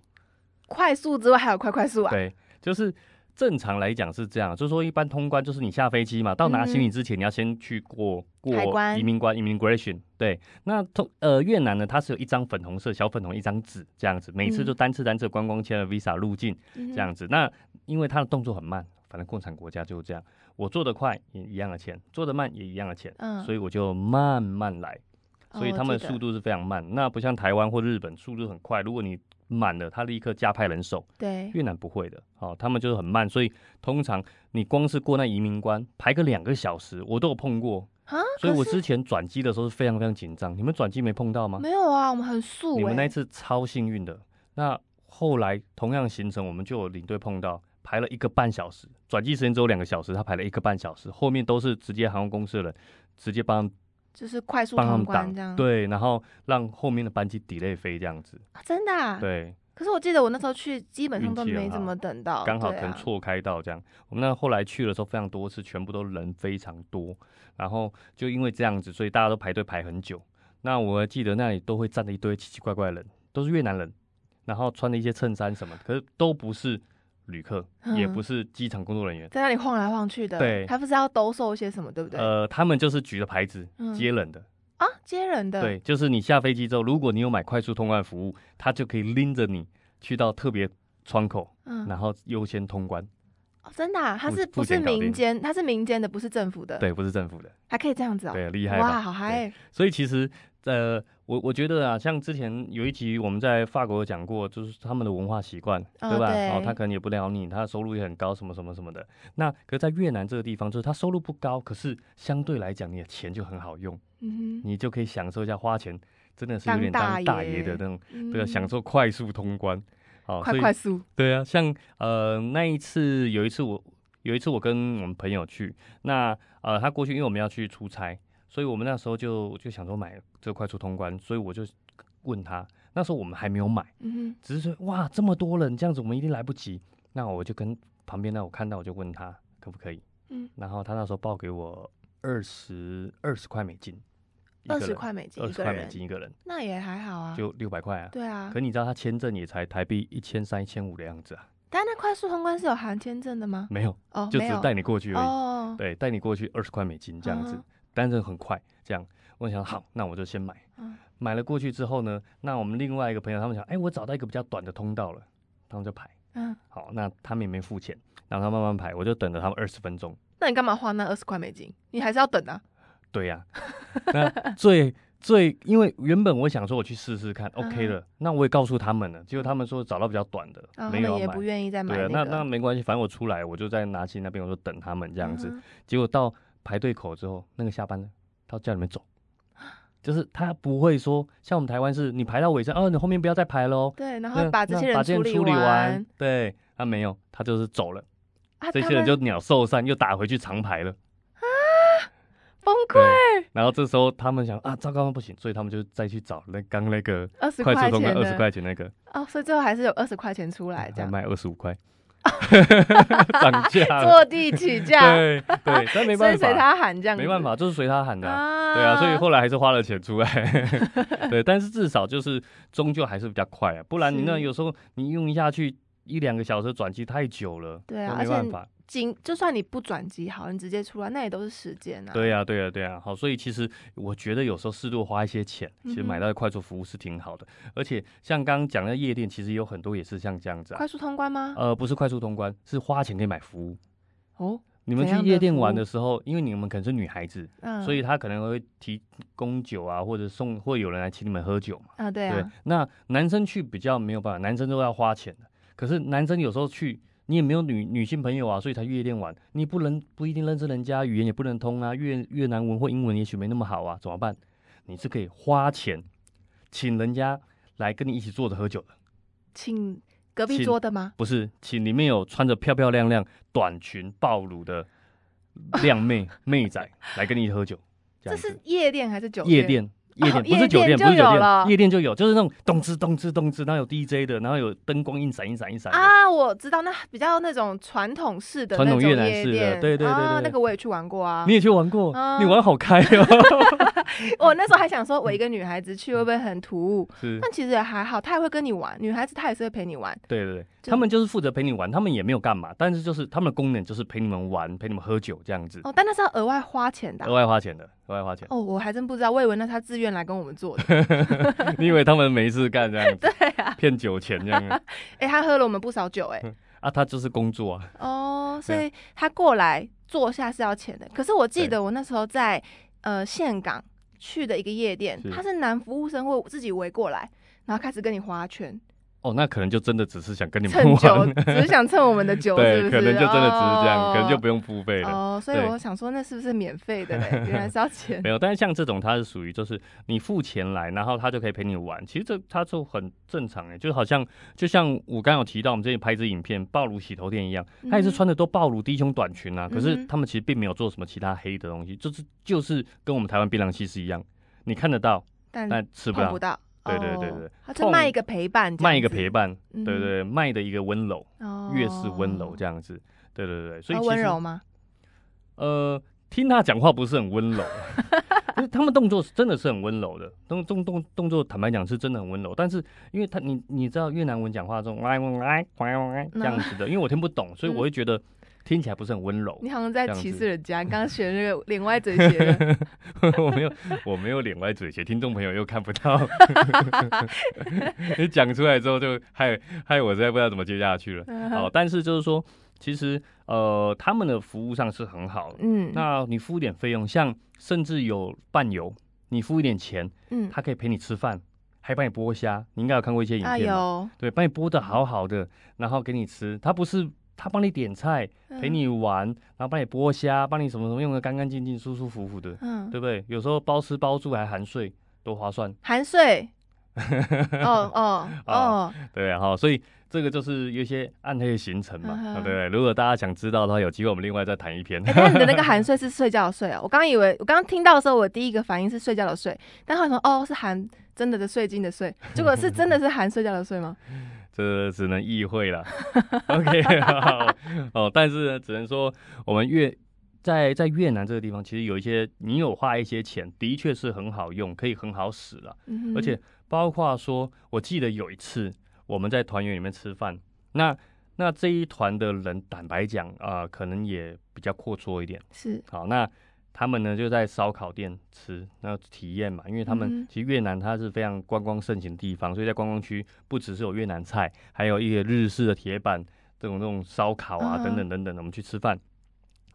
Speaker 3: 快速之外还有快快速啊，
Speaker 1: 对，就是正常来讲是这样，啊就是说一般通关就是你下飞机嘛，到拿行李之前你要先去过过
Speaker 3: 海关
Speaker 1: 移民关 （immigration）。对，那通呃越南呢，它是有一张粉红色小粉红一张纸这样子，每次
Speaker 3: 嗯
Speaker 1: 就单次单次观光签的 visa 入境
Speaker 3: 嗯哼，
Speaker 1: 这样子。那因为它的动作很慢，反正共产国家就是这样，我做得快也一样的钱，做得慢也一样的钱，
Speaker 3: 嗯
Speaker 1: 所以我就慢慢来。
Speaker 3: 哦
Speaker 1: 所以
Speaker 3: 我
Speaker 1: 他们
Speaker 3: 记
Speaker 1: 的
Speaker 3: 得
Speaker 1: 速度是非常慢，那不像台湾或日本速度很快。如果你满了，他立刻加派人手，
Speaker 3: 对，
Speaker 1: 越南不会的，哦，他们就是很慢，所以通常你光是过那移民关排个两个小时，我都有碰过。
Speaker 3: 啊，
Speaker 1: 所以
Speaker 3: 可
Speaker 1: 我
Speaker 3: 是
Speaker 1: 之前转机的时候是非常非常紧张，你们转机没碰到吗？
Speaker 3: 没有啊，我们很素、欸。
Speaker 1: 你们那一次超幸运的。那后来同样行程，我们就有领队碰到，排了一个半小时，转机时间只有两个小时，他排了一个半小时，后面都是直接航空公司的人直接帮
Speaker 3: 就是快速
Speaker 1: 帮他
Speaker 3: 通
Speaker 1: 们
Speaker 3: 关这样，
Speaker 1: 挡，对，然后让后面的班机 delay 飞这样子，
Speaker 3: 啊真的、啊。
Speaker 1: 对。
Speaker 3: 可是我记得我那时候去，基本上都
Speaker 1: 运气很
Speaker 3: 没怎么等到，
Speaker 1: 刚好可
Speaker 3: 对
Speaker 1: 能
Speaker 3: 啊。
Speaker 1: 错开到这样。我们那后来去的时候非常多次，全部都人非常多，然后就因为这样子，所以大家都排队排很久。那我还记得那里都会站着一堆奇奇怪怪的人，都是越南人，然后穿的一些衬衫什么的，可是都不是旅客，也
Speaker 3: 嗯
Speaker 1: 不是机场工作人员，
Speaker 3: 在那里晃来晃去的，
Speaker 1: 对
Speaker 3: 他不是要兜售一些什么，对不对？
Speaker 1: 呃，他们就是举着牌子
Speaker 3: 嗯
Speaker 1: 接人的。
Speaker 3: 啊，接人的，
Speaker 1: 对，就是你下飞机之后，如果你有买快速通关服务，他就可以拎着你去到特别窗口，
Speaker 3: 嗯，
Speaker 1: 然后优先通关。
Speaker 3: 哦真的、啊，他
Speaker 1: 付
Speaker 3: 是不
Speaker 1: 付
Speaker 3: 是
Speaker 1: 钱搞定
Speaker 3: 民间？他是民间的，不是政府的，，
Speaker 1: 对，不是政府的。
Speaker 3: 还可以这样子哦，
Speaker 1: 对，厉害吧？
Speaker 3: 哇，好嗨，
Speaker 1: 所以其实，呃，我我觉得啊，像之前有一集我们在法国有讲过，就是他们的文化习惯，
Speaker 3: 哦
Speaker 1: 对吧？
Speaker 3: 对
Speaker 1: 哦，他可能也不了你，他的收入也很高，什么什么什么的。那可是在越南这个地方，就是他收入不高，可是相对来讲，你的钱就很好用，
Speaker 3: 嗯
Speaker 1: 你就可以享受一下花钱，真的是有点
Speaker 3: 当
Speaker 1: 当
Speaker 3: 大
Speaker 1: 大
Speaker 3: 爷
Speaker 1: 爷的那种，
Speaker 3: 哼，
Speaker 1: 对啊，
Speaker 3: 嗯
Speaker 1: 享受快速通关。好，所
Speaker 3: 快
Speaker 1: 以
Speaker 3: 快速，
Speaker 1: 对啊，像呃那一次有一次我有一次我跟我们朋友去，那呃他过去因为我们要去出差，所以我们那时候就就想说买这个快速通关，所以我就问他，那时候我们还没有买，
Speaker 3: 嗯
Speaker 1: 只是说哇这么多人这样子我们一定来不及，那我就跟旁边那我看到我就问他可不可以，
Speaker 3: 嗯，
Speaker 1: 然后他那时候报给我二十二十块美金，一
Speaker 3: 二
Speaker 1: 个
Speaker 3: 十
Speaker 1: 人
Speaker 3: 块美金
Speaker 1: 二
Speaker 3: 一
Speaker 1: 十
Speaker 3: 个
Speaker 1: 块美
Speaker 3: 人，
Speaker 1: 金一个人
Speaker 3: 那也还好啊。
Speaker 1: 就六百块啊，
Speaker 3: 对啊
Speaker 1: 可，你知道他签证也才台币一千三一千五的样子啊，
Speaker 3: 但那快速通关是有含签证的吗？
Speaker 1: 没有。
Speaker 3: 哦，
Speaker 1: 就
Speaker 3: 没
Speaker 1: 只
Speaker 3: 有
Speaker 1: 带你过去而已。
Speaker 3: 哦，
Speaker 1: 对，带你过去二十块美金这样子，
Speaker 3: 嗯哼
Speaker 1: 但是很快这样。我想好，那我就先买。
Speaker 3: 嗯
Speaker 1: 买了过去之后呢，那我们另外一个朋友他们想，哎、我找到一个比较短的通道了，他们就排。
Speaker 3: 嗯，
Speaker 1: 好，那他们也没付钱，然后他慢慢排，我就等了他们二十分钟。
Speaker 3: 那你干嘛花那二十块美金？你还是要等啊。
Speaker 1: 对 呀、那最最，因为原本我想说我去试试看、o k
Speaker 3: 嗯哼
Speaker 1: 的，那我也告诉他们了，结果他们说找到比较短的，
Speaker 3: 然后他
Speaker 1: 没有
Speaker 3: 们
Speaker 1: 要
Speaker 3: 也
Speaker 1: 买。
Speaker 3: 不愿意再买
Speaker 1: 对啊，那
Speaker 3: 个。
Speaker 1: 那没关系，反正我出来我就在拿起那边，我就等他们这
Speaker 3: 这
Speaker 1: 样子。结果到排队口之后，那个下班了，到家里面走，就是他不会说像我们台湾是，你排到尾声，哦，你后面不要再排喽，
Speaker 3: 对，然
Speaker 1: 那
Speaker 3: 后把这
Speaker 1: 啊那
Speaker 3: 些
Speaker 1: 把这
Speaker 3: 人
Speaker 1: 些人
Speaker 3: 理
Speaker 1: 处理
Speaker 3: 完，，
Speaker 1: 对，他没有，他就是走了，
Speaker 3: 啊，
Speaker 1: 这
Speaker 3: 他
Speaker 1: 些人
Speaker 3: 们
Speaker 1: 就鸟兽散，又打回去长排了。
Speaker 3: 崩
Speaker 1: 对
Speaker 3: 溃，，
Speaker 1: 然后这时候他们想啊，糟糕，不行，所以他们就再去找那刚那个
Speaker 3: 二十
Speaker 1: 快速
Speaker 3: 钱
Speaker 1: 通关
Speaker 3: 的
Speaker 1: 二十块啊钱那个，
Speaker 3: 哦，所以最后还是有二十块钱出来这
Speaker 1: 他
Speaker 3: 样，
Speaker 1: 卖二十五 块，涨价了，
Speaker 3: 坐地起价，
Speaker 1: 对对，但没
Speaker 3: 所以
Speaker 1: 办
Speaker 3: 随
Speaker 1: 法，
Speaker 3: 他喊这样，
Speaker 1: 没办，法，就是随他喊的啊、
Speaker 3: 啊
Speaker 1: 对啊，所以后来还是花了钱 出来， 对，但是至少就是终究还是比较快啊，不然你那
Speaker 3: 是
Speaker 1: 有时候你用下去一两个小时转机太久了，
Speaker 3: 对
Speaker 1: 那
Speaker 3: 啊而
Speaker 1: 没
Speaker 3: 且
Speaker 1: 办法，
Speaker 3: 仅就算你不转机好，你直接出来，那也都是时间啊。
Speaker 1: 对啊，对啊，对啊，好，所以其实我觉得有时候适度花一些钱，其实
Speaker 3: 嗯哼
Speaker 1: 买到的快速服务是挺好的，而且像刚刚讲的夜店，其实有很多也是像这样子啊
Speaker 3: 快，速通关吗？
Speaker 1: 呃，不是快速通关，是花钱可以买服务。
Speaker 3: 哦，
Speaker 1: 你们
Speaker 3: 怎
Speaker 1: 去
Speaker 3: 样的
Speaker 1: 夜店
Speaker 3: 服
Speaker 1: 玩
Speaker 3: 务
Speaker 1: 的时候，因为你们可能是女孩子，
Speaker 3: 嗯，
Speaker 1: 所以他可能会提供酒啊，或者送，会有人来请你们喝酒嘛。
Speaker 3: 啊，对
Speaker 1: 对
Speaker 3: 啊，，
Speaker 1: 那男生去比较没有办法，男生都要花钱的。可是男生有时候去，你也没有女女性朋友啊，所以才夜店玩，你不能不一定认识人家，语言也不能通啊，越越南文或英文也许没那么好啊，怎么办？你是可以花钱请人家来跟你一起坐着喝酒的，
Speaker 3: 请隔壁
Speaker 1: 请
Speaker 3: 桌的吗？
Speaker 1: 不是请里面有穿着漂漂亮亮短裙暴露的靓妹 妹仔来跟你一起喝酒，这
Speaker 3: 这
Speaker 1: 样子
Speaker 3: 是夜店还是酒
Speaker 1: 夜？店。夜店
Speaker 3: 哦
Speaker 1: 不是酒店，
Speaker 3: 夜店就
Speaker 1: 不是酒
Speaker 3: 有了
Speaker 1: 店，夜店就有，就是那种咚吱咚吱咚吱，然后有 DJ 的，然后有灯光一闪一闪一闪的。
Speaker 3: 啊，我知道，那比较那种传统式的那
Speaker 1: 传统
Speaker 3: 种
Speaker 1: 越南
Speaker 3: 夜
Speaker 1: 式的
Speaker 3: 店
Speaker 1: 对对对
Speaker 3: 啊
Speaker 1: 对
Speaker 3: 那个我也去玩过啊
Speaker 1: 你。也去玩过，
Speaker 3: 嗯
Speaker 1: 你玩好开 哦。
Speaker 3: 我那时候还想说，我
Speaker 1: 嗯
Speaker 3: 一个女孩子去会不会很突兀？
Speaker 1: 是，
Speaker 3: 但其实也还好，她也会跟你玩，女孩子她也是会陪你玩。
Speaker 1: 对对对，
Speaker 3: 就
Speaker 1: 他们就是负责陪你玩，他们也没有干嘛，但是就是他们的功能就是陪你们玩，陪你们喝酒这样子，
Speaker 3: 哦，但那是要额外花钱的啊、
Speaker 1: 额外花钱的，额外花钱。
Speaker 3: 哦，我还真不知道，我以为那是她自愿来跟我 们做的。
Speaker 1: 你以为他们没事干这 样子？对啊，骗酒钱这样啊
Speaker 3: 哎、她喝了我们不少酒、哎。
Speaker 1: 啊？他就是工作啊，
Speaker 3: 哦，所
Speaker 1: 对
Speaker 3: 以他过来坐下是要钱的。可是我记
Speaker 1: 对
Speaker 3: 得我那时候在呃岘港去的一个夜店，
Speaker 1: 是
Speaker 3: 他是男服务生会自己围过来，然后开始跟你划圈
Speaker 1: 哦，那可能就真的只是想跟你们
Speaker 3: 蹭酒
Speaker 1: 玩，，
Speaker 3: 只是想蹭我们 的酒，是
Speaker 1: 对，
Speaker 3: 不是？
Speaker 1: 可能就真的只是这样，
Speaker 3: 哦
Speaker 1: 可能就不用付费了。
Speaker 3: 哦，所以
Speaker 1: 对
Speaker 3: 我想说，那是不是免费的 嘞？原来是要钱
Speaker 1: 没有，但是像这种它是属于就是你付钱来，然后他就可以陪你玩，其实这它就很正常哎，就好像就像我刚刚有提到我们之前拍一支影片《暴乳洗头店》一样，他也是
Speaker 3: 嗯哼
Speaker 1: 穿的都暴乳低胸短裙啊，可
Speaker 3: 嗯
Speaker 1: 是
Speaker 3: 哼
Speaker 1: 他们其实并没有做什么其他黑的东西，就是就是跟我们台湾槟榔西施一样，你看得到，
Speaker 3: 但
Speaker 1: 但吃不
Speaker 3: 嗯碰
Speaker 1: 到
Speaker 3: 不，到。
Speaker 1: 对对对
Speaker 3: 哦
Speaker 1: 对，
Speaker 3: 他就卖一个陪伴，
Speaker 1: 卖一个陪，伴，
Speaker 3: 对
Speaker 1: 对对，对，卖的一个温柔，
Speaker 3: 嗯哦
Speaker 1: 越是温柔这样子，对对对，所以
Speaker 3: 他
Speaker 1: 其
Speaker 3: 温
Speaker 1: 实
Speaker 3: 柔吗？
Speaker 1: 呃，听他讲话不是很温柔， 可是他们动作是真的是很温柔的，动动动动作，坦白讲是真的很温柔。但是因为他你你知道越南文讲话这种来来来来这样子的，因为我听不懂，所以我会觉得听起来不是很温柔。
Speaker 3: 你好像在
Speaker 1: 这样
Speaker 3: 歧
Speaker 1: 子
Speaker 3: 视人家，你刚刚学那个脸歪嘴斜的，
Speaker 1: 我没有我没有脸歪嘴斜，听众朋友又看不到，你讲出来之后就害害我实在不知道怎么接下去了。
Speaker 3: 嗯
Speaker 1: 好，但是就是说，其实呃，他们的服务上是很好的。
Speaker 3: 嗯，
Speaker 1: 那你付一点费用，像甚至有伴游，你付一点钱，
Speaker 3: 嗯，
Speaker 1: 他可以陪你吃饭，还帮你剥虾。你应该有看过一些影
Speaker 3: 啊
Speaker 1: 片吧，
Speaker 3: 有
Speaker 1: 对，帮你剥的好好的，然后给你吃。他不是他帮你点菜，陪，你玩，
Speaker 3: 嗯
Speaker 1: 然后帮你剥虾，帮你什么什么用的干干净净、舒舒服服的，
Speaker 3: 嗯，嗯
Speaker 1: 对不对？有时候包吃包住还含税，多划算。
Speaker 3: 含税。哦哦
Speaker 1: 啊
Speaker 3: 哦，
Speaker 1: 对，好，所以这个就是有一些暗黑的行程嘛，
Speaker 3: 嗯哼
Speaker 1: 对不对？如果大家想知道的话，有机会我们另外再谈一篇。
Speaker 3: 哎、但你的那个含睡是睡觉的睡啊！我刚刚以为，我刚刚听到的时候，我第一个反应是睡觉的睡，但后来说哦是含真的的睡精的睡，结果是真的是含睡觉的睡吗？
Speaker 1: 这只能意会了。OK，好 哦，但是呢，只能说我们越在在越南这个地方，其实有一些你有花一些钱，的确是很好用，可以很好使了。
Speaker 3: 嗯哼
Speaker 1: 而且包括说，我记得有一次我们在团圆里面吃饭，那那这一团的人，坦白讲啊、呃可能也比较阔绰一点。
Speaker 3: 是
Speaker 1: 好，那他们呢就在烧烤店吃，那体验嘛，因为他们、
Speaker 3: 嗯
Speaker 1: 其实越南它是非常观光盛行的地方，所以在观光区不只是有越南菜，还有一些日式的铁板这种这种烧烤啊、
Speaker 3: 嗯哼
Speaker 1: 等等等等的，我们去吃饭。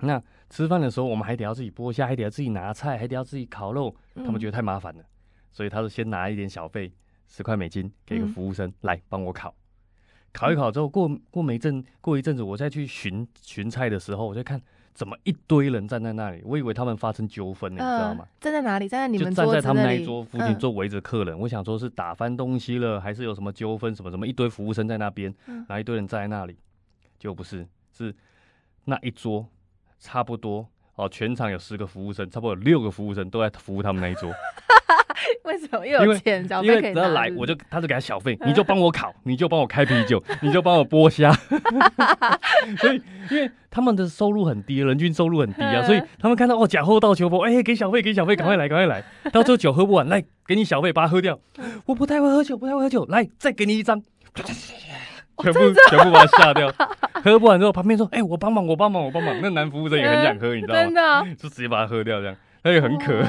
Speaker 1: 那吃饭的时候，我们还得要自己剥虾，还得要自己拿菜，还得要自己烤肉，
Speaker 3: 嗯
Speaker 1: 他们觉得太麻烦了，所以他说先拿一点小费，十块美金给个
Speaker 3: 嗯
Speaker 1: 服务生、来帮我烤。烤一烤之后，过过没阵过一阵子，我再去寻寻菜的时候，我就看怎么一堆人站在那里，我以为他们发生纠纷
Speaker 3: 得
Speaker 1: 呢，你知道吗？？
Speaker 3: 呃站在哪里？站嗯在你
Speaker 1: 就
Speaker 3: 们
Speaker 1: 站
Speaker 3: 桌
Speaker 1: 在
Speaker 3: 子
Speaker 1: 他们那
Speaker 3: 里
Speaker 1: 一桌附近
Speaker 3: 嗯
Speaker 1: 就围着客人，我想说是打翻东西了，还是有什么纠纷什么什么，一堆服务生在那边，
Speaker 3: 嗯
Speaker 1: 然后一堆人站在那里，就不是是那一桌差不多哦，全场有十个服务生，差不多有六个服务生都在服务他们那一桌，
Speaker 3: 为什么又
Speaker 1: 因
Speaker 3: 有
Speaker 1: 为
Speaker 3: 钱？小
Speaker 1: 因
Speaker 3: 哦费可
Speaker 1: 为
Speaker 3: 以
Speaker 1: 只要
Speaker 3: 拿嗯
Speaker 1: 来
Speaker 3: 是不
Speaker 1: 我
Speaker 3: 是
Speaker 1: 就他就给他小费，你就帮我 烤，你就帮我开啤酒，你就帮我剥虾， 所以因为他们的收入很低，人均收入很低
Speaker 3: 嗯
Speaker 1: 啊，所以他们看到哦假货到求佛，哎、给小费给小费，赶快来赶快来，到最后酒喝不完，来给你小费把它喝掉，
Speaker 3: 嗯
Speaker 1: 我不太会喝酒不太会喝酒，来再给你一 张。全部
Speaker 3: 哦
Speaker 1: 全部把它下掉，喝不完之后，旁边说：“哎、我帮忙，我帮忙，我帮忙。”那男服务生也很想喝，你知道 吗？
Speaker 3: 真的啊
Speaker 1: 就直接把它喝掉，这样，他也很渴，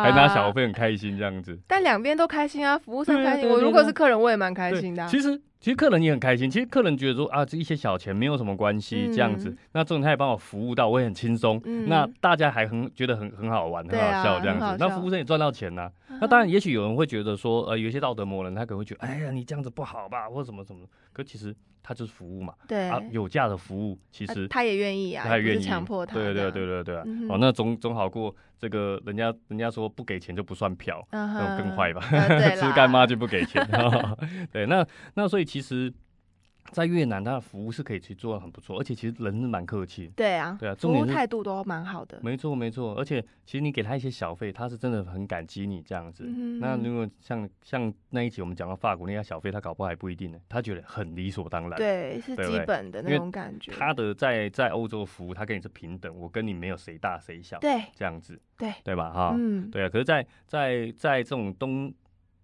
Speaker 1: 还拿小费，很开心这样子。
Speaker 3: 但两边都开心啊，服务生
Speaker 1: 对啊
Speaker 3: 开心，
Speaker 1: 对啊
Speaker 3: 我
Speaker 1: 对啊
Speaker 3: 如果
Speaker 1: 对啊
Speaker 3: 是客人，我也蛮开
Speaker 1: 对，
Speaker 3: 心的啊。
Speaker 1: 其实其实客人也很开心，其实客人觉得说啊，这一些小钱没有什么关系，
Speaker 3: 嗯
Speaker 1: 这样子，那这种他也帮我服务到，我也很轻松。
Speaker 3: 嗯
Speaker 1: 那大家还很觉得很很好玩，很
Speaker 3: 对
Speaker 1: 好
Speaker 3: 啊
Speaker 1: 笑这样
Speaker 3: 很
Speaker 1: 子
Speaker 3: 好。
Speaker 1: 那
Speaker 3: 笑嗯
Speaker 1: 服务生也赚到钱呐、那当然，也许有人会觉得说，呃，有一些道德魔人，他可能会觉得，哎呀，你这样子不好吧，或什么什么。可其实他就是服务嘛，
Speaker 3: 对
Speaker 1: 啊，有价的服务，其
Speaker 3: 啊
Speaker 1: 实
Speaker 3: 他也愿意啊，
Speaker 1: 他也
Speaker 3: 也不是
Speaker 1: 愿意
Speaker 3: 强迫他。
Speaker 1: 对对对，对对啊
Speaker 3: 嗯哼
Speaker 1: 哦，那总总好过这个人家人家说不给钱就不算嫖。
Speaker 3: 嗯
Speaker 1: 那
Speaker 3: 哼，
Speaker 1: 种更坏 吧，
Speaker 3: 呃对
Speaker 1: 吃
Speaker 3: 啦
Speaker 1: 干妈就不给钱。 对，那那所以其实，在越南，它的服务是可以去做的很不错，而且其实人是蛮客气的。
Speaker 3: 对啊，
Speaker 1: 对啊
Speaker 3: 服
Speaker 1: 重点
Speaker 3: 务
Speaker 1: 是
Speaker 3: 态度都蛮好的。
Speaker 1: 没错，没错，而且其实你给他一些小费，他是真的很感激你这样子。
Speaker 3: 嗯
Speaker 1: 那如果像像那一集我们讲到法国那家小费，他搞不好还不一定呢，他觉得很理所当然。，
Speaker 3: 对，是
Speaker 1: 对不
Speaker 3: 基
Speaker 1: 对
Speaker 3: 本的
Speaker 1: 因
Speaker 3: 那
Speaker 1: 为
Speaker 3: 种感觉。
Speaker 1: 他的在在欧洲服务，他跟你是平等，我跟你没有谁大谁小，
Speaker 3: 对
Speaker 1: 这样子，
Speaker 3: 对，
Speaker 1: 对吧？哈，
Speaker 3: 嗯，
Speaker 1: 对啊，可是在，在在这种东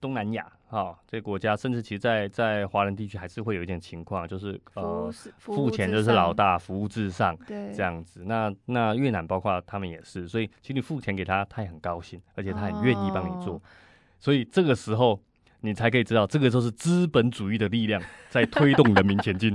Speaker 1: 东南亚哈、这国家，甚至其实在在华人地区，还是会有一点情况，就是
Speaker 3: 服务
Speaker 1: 呃，
Speaker 3: 是服
Speaker 1: 付
Speaker 3: 务
Speaker 1: 钱
Speaker 3: 至
Speaker 1: 就是老
Speaker 3: 上，
Speaker 1: 大，服务至上
Speaker 3: 对，
Speaker 1: 这样子。那那越南包括他们也是，所以其实你付钱给他，他也很高兴，而且他很愿意帮你做。
Speaker 3: 哦
Speaker 1: 所以这个时候，你才可以知道，这个就是资本主义的力量在推动人民前进。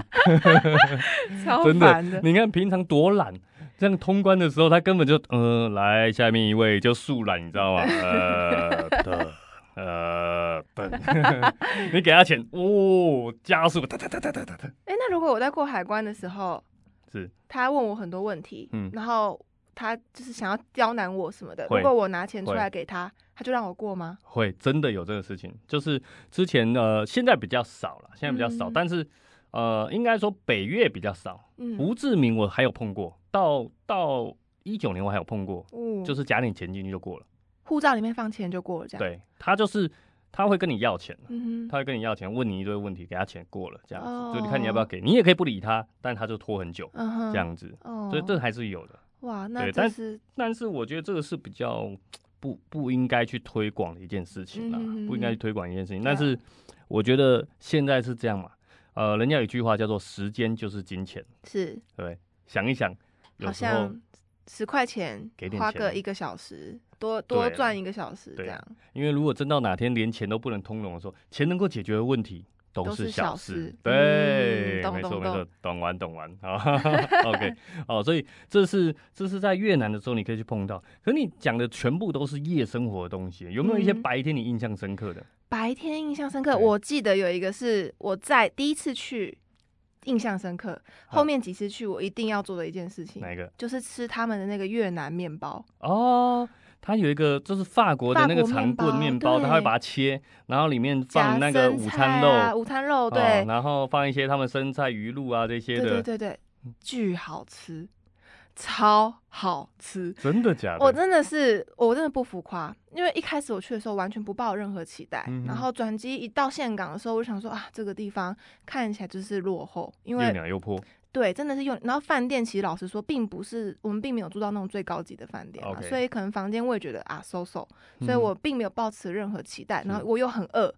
Speaker 3: 超
Speaker 1: 真
Speaker 3: 烦
Speaker 1: 的，。 你看平常多懒，这样通关的时候，他根本就呃，来下面一位就速懒，你知 道吗？呃的。呃，等 你给他钱哦，加速哒哒哒哒哒哒哒，
Speaker 3: 哎，那如果我在过海关的时候，
Speaker 1: 是
Speaker 3: 他问我很多问题，
Speaker 1: 嗯
Speaker 3: 然后他就是想要刁难我什么的，
Speaker 1: 会
Speaker 3: 如果我拿钱出
Speaker 1: 会
Speaker 3: 来给他，他就让我过吗？
Speaker 1: 会真的有这个事情。就是之前呃，现在比较少了，现在比较少，
Speaker 3: 嗯
Speaker 1: 但是呃，应该说北越比较少。
Speaker 3: 嗯，
Speaker 1: 胡志明我还有碰过，到到一九年我还有碰过，
Speaker 3: 哦
Speaker 1: 就是加点钱进去就过了。
Speaker 3: 护照里面放钱就过了，这样。，
Speaker 1: 对他就是他会跟你要钱，
Speaker 3: 嗯哼，
Speaker 1: 他会跟你要钱，问你一堆问题，给他钱过了，这样子，
Speaker 3: 哦
Speaker 1: 就你看你要不要给，你也可以不理他，但他就拖很久，
Speaker 3: 嗯哼，
Speaker 1: 这。样子，
Speaker 3: 哦，
Speaker 1: 所以这还是有的。
Speaker 3: 哇，那
Speaker 1: 对
Speaker 3: 这
Speaker 1: 但
Speaker 3: 是
Speaker 1: 但是我觉得这个是比较不不应该去推广的一件事情啦，
Speaker 3: 嗯哼哼
Speaker 1: 不应该去推广一件事情。
Speaker 3: 对啊
Speaker 1: 但是我觉得现在是这样嘛，呃，人家有一句话叫做“时间就是金钱
Speaker 3: 是”，
Speaker 1: 对不对？想一想，
Speaker 3: 好
Speaker 1: 有时候
Speaker 3: 像十块钱
Speaker 1: 给点
Speaker 3: 花
Speaker 1: 钱
Speaker 3: 个一个小时，多多
Speaker 1: 对啊
Speaker 3: 赚一个小时这
Speaker 1: 对啊
Speaker 3: 样，
Speaker 1: 因为如果真到哪天连钱都不能通融的时候，钱能够解决的问题都
Speaker 3: 都是
Speaker 1: 是
Speaker 3: 小
Speaker 1: 小
Speaker 3: 事
Speaker 1: 事。对，
Speaker 3: 嗯懂
Speaker 1: 没错
Speaker 3: 懂
Speaker 1: 没错
Speaker 3: 懂，
Speaker 1: 懂完懂完。好 ，OK，哦，所以这是这是在越南的时候你可以去碰到，可你讲的全部都是夜生活的东西，有没有一些
Speaker 3: 嗯
Speaker 1: 白天你印象深刻的？
Speaker 3: 白天印象深刻，
Speaker 1: 对
Speaker 3: 我记得有一个是我在第一次去印象深刻，
Speaker 1: 好
Speaker 3: 后面几次去我一定要做的一件事情，
Speaker 1: 哪一个？
Speaker 3: 就是吃他们的那个越南面包。
Speaker 1: 哦，它有一个就是法国的那个长棍面包，
Speaker 3: 法国面包
Speaker 1: 它会把它切，然后里面
Speaker 3: 夹
Speaker 1: 放那个
Speaker 3: 生
Speaker 1: 午
Speaker 3: 菜
Speaker 1: 餐
Speaker 3: 啊
Speaker 1: 肉，
Speaker 3: 午餐肉对、
Speaker 1: 哦然后放一些他们生菜、鱼露啊这些的，
Speaker 3: 对
Speaker 1: 嗯
Speaker 3: 对对对，巨好吃，超好吃。
Speaker 1: 真的假的？
Speaker 3: 我真的是，我真的不浮夸，因为一开始我去的时候完全不抱任何期待，
Speaker 1: 嗯哼
Speaker 3: 然后转机一到岘港的时候，我就想说啊，这个地方看起来就是落后，因
Speaker 1: 又
Speaker 3: 为
Speaker 1: 鸟又破，
Speaker 3: 对，真的是用。然后饭店其实老实说，并不是我们并没有住到那种最高级的饭店嘛啊
Speaker 1: OK
Speaker 3: 所以可能房间我也觉得啊，so so，
Speaker 1: 嗯
Speaker 3: 所以我并没有抱持任何期待，然后
Speaker 1: 是
Speaker 3: 我又很饿。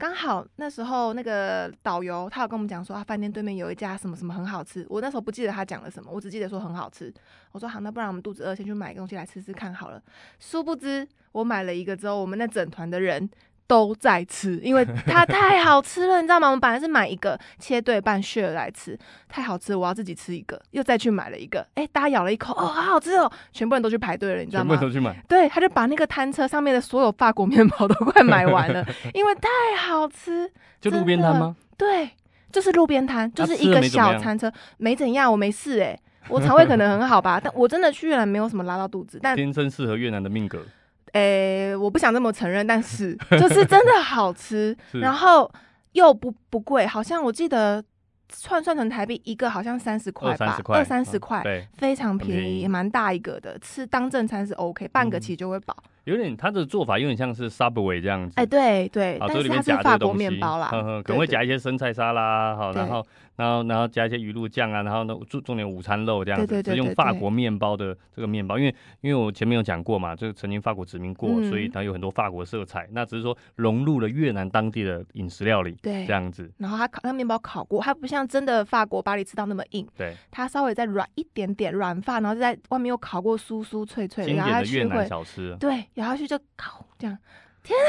Speaker 3: 刚好那时候那个导游他有跟我们讲说啊，饭店对面有一家什么什么很好吃。我那时候不记得他讲了什么，我只记得说很好吃。我说好，那不然我们肚子饿，先去买个东西来吃吃看好了。殊不知我买了一个之后，我们那整团的人都在吃，因为 它太好吃了，你知道吗？我们本来是买一个切对半 share 来吃，太好吃了，我要自己吃一个，又再去买了一个。哎，大家咬了一口，哦，好好吃哦，全部人都去排队了，你知道
Speaker 1: 全部
Speaker 3: 吗？
Speaker 1: 都去买，
Speaker 3: 对，他就把那个摊车上面的所有法国面包都 快买完了，因为太好吃。
Speaker 1: 就
Speaker 3: 真
Speaker 1: 路边摊
Speaker 3: 的
Speaker 1: 吗？
Speaker 3: 对，就是路边摊，就
Speaker 1: 啊
Speaker 3: 是
Speaker 1: 吃
Speaker 3: 一
Speaker 1: 了
Speaker 3: 个
Speaker 1: 没怎么
Speaker 3: 小
Speaker 1: 样
Speaker 3: 餐车，没怎样，我没事哎、我肠胃可能很好吧，但我真的居然没有什么拉到肚子，但
Speaker 1: 天生适合越南的命格，
Speaker 3: 诶、我不想这么承认，但是就是真的好吃，
Speaker 1: 是
Speaker 3: 然后又不不贵，好像我记得换算成台币一个好像三十块
Speaker 1: 二三
Speaker 3: 吧
Speaker 1: 十，块，
Speaker 3: 二三十块
Speaker 1: 嗯，对，
Speaker 3: 非常
Speaker 1: 很便
Speaker 3: 便宜，
Speaker 1: 宜
Speaker 3: 也蛮大一个的，吃当正餐是 OK，半个
Speaker 1: 嗯
Speaker 3: 其实就会饱。
Speaker 1: 有点它的做法有点像是 Subway 这样子，
Speaker 3: 哎，对对，
Speaker 1: 好，
Speaker 3: 但
Speaker 1: 啊这
Speaker 3: 是
Speaker 1: 里
Speaker 3: 它
Speaker 1: 面
Speaker 3: 是
Speaker 1: 夹
Speaker 3: 法
Speaker 1: 的
Speaker 3: 国
Speaker 1: 东西
Speaker 3: 面，包啦
Speaker 1: 呵呵，可
Speaker 3: 对
Speaker 1: 能会
Speaker 3: 对
Speaker 1: 夹一些生菜沙拉，好，然
Speaker 3: 对
Speaker 1: 后然后然后加一些鱼露酱啊，然后呢重重点午餐肉这样
Speaker 3: 对
Speaker 1: 子，
Speaker 3: 对对
Speaker 1: 是用
Speaker 3: 对
Speaker 1: 法
Speaker 3: 对
Speaker 1: 国面包的这个面包，因为因为我前面有讲过嘛，就曾经法国殖民过，所以
Speaker 3: 嗯
Speaker 1: 它有很多法国色彩，那只是说融入了越南当地的饮食料理
Speaker 3: 对
Speaker 1: 这。样子，
Speaker 3: 然后它烤那个面包烤过，它不像真的法国巴黎吃到那么硬，
Speaker 1: 对，
Speaker 3: 它稍微再软一点点，软发，然后在外面又烤过酥酥脆脆的，
Speaker 1: 经
Speaker 3: 然后
Speaker 1: 典
Speaker 3: 它
Speaker 1: 的越
Speaker 3: 去
Speaker 1: 南
Speaker 3: 会
Speaker 1: 小吃，
Speaker 3: 对，咬下去就烤这样，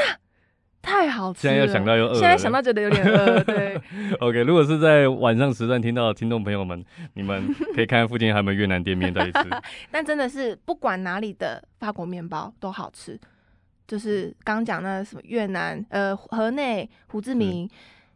Speaker 3: 天啊，太好吃
Speaker 1: 现
Speaker 3: 了！
Speaker 1: 在又想到又饿了，
Speaker 3: 现在想到觉得有点 饿，对，
Speaker 1: OK，如果是在晚上时段听到的听众朋友们，你们可以看看附近还有没有越南店面再 去吃。
Speaker 3: 但真的是不管哪里的法国面包都好吃，就是刚讲那什么越南、呃河内、胡志明，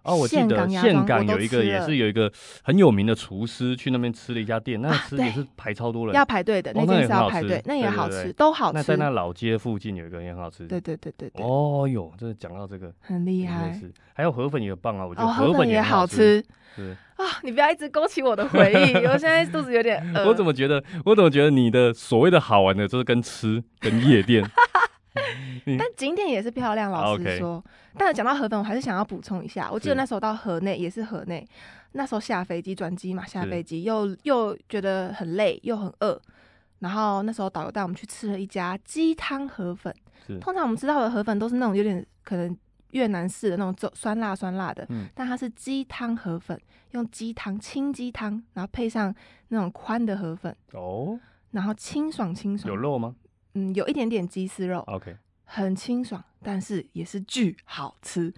Speaker 1: 哦，我记
Speaker 3: 岘
Speaker 1: 得
Speaker 3: 港鸭
Speaker 1: 岘
Speaker 3: 庄
Speaker 1: 港
Speaker 3: 我都
Speaker 1: 有一
Speaker 3: 吃
Speaker 1: 个也
Speaker 3: 了
Speaker 1: 是有一个很有名的厨师去那边吃了一家店，那
Speaker 3: 啊
Speaker 1: 吃也
Speaker 3: 对
Speaker 1: 是排超多人。
Speaker 3: 要排队的、
Speaker 1: 哦
Speaker 3: 那
Speaker 1: 那
Speaker 3: 件
Speaker 1: 也
Speaker 3: 事
Speaker 1: 很
Speaker 3: 要
Speaker 1: 好
Speaker 3: 排
Speaker 1: 吃
Speaker 3: 队，那也
Speaker 1: 对对
Speaker 3: 好
Speaker 1: 对
Speaker 3: 吃，都好
Speaker 1: 那
Speaker 3: 吃
Speaker 1: 在。那老街附近有一个也很好吃。
Speaker 3: 对对对对对，
Speaker 1: 哦哟，这讲到这个
Speaker 3: 很厉
Speaker 1: 真的
Speaker 3: 害。
Speaker 1: 是，还有河粉也很棒啊，我觉
Speaker 3: 哦，
Speaker 1: 得
Speaker 3: 河
Speaker 1: 粉
Speaker 3: 也
Speaker 1: 很
Speaker 3: 好
Speaker 1: 吃。
Speaker 3: 吃
Speaker 1: 是
Speaker 3: 啊！你不要一直勾起我的回忆，我现在肚子有点 饿。
Speaker 1: 我怎么觉得，我怎么觉得你的所谓的好玩的，就是跟吃跟夜 店
Speaker 3: 但景点也是漂亮，老
Speaker 1: 嗯啊，OK
Speaker 3: 实说。但讲到河粉，我还是想要补充一下，我记得
Speaker 1: 是
Speaker 3: 那时候到河内也是河内，那时候下飞机转机嘛，下
Speaker 1: 是
Speaker 3: 飞机又又觉得很累又很饿，然后那时候导游带我们去吃了一家鸡汤河粉
Speaker 1: 是。
Speaker 3: 通常我们知道的河粉都是那种有点可能越南式的那种酸辣酸辣的，
Speaker 1: 嗯
Speaker 3: 但它是鸡汤河粉，用鸡汤清鸡汤，然后配上那种宽的河粉，
Speaker 1: 哦，
Speaker 3: 然后清爽清爽，
Speaker 1: 有肉吗
Speaker 3: 嗯，有一点点鸡丝肉，
Speaker 1: ？OK，
Speaker 3: 很清爽，但是也是巨好吃。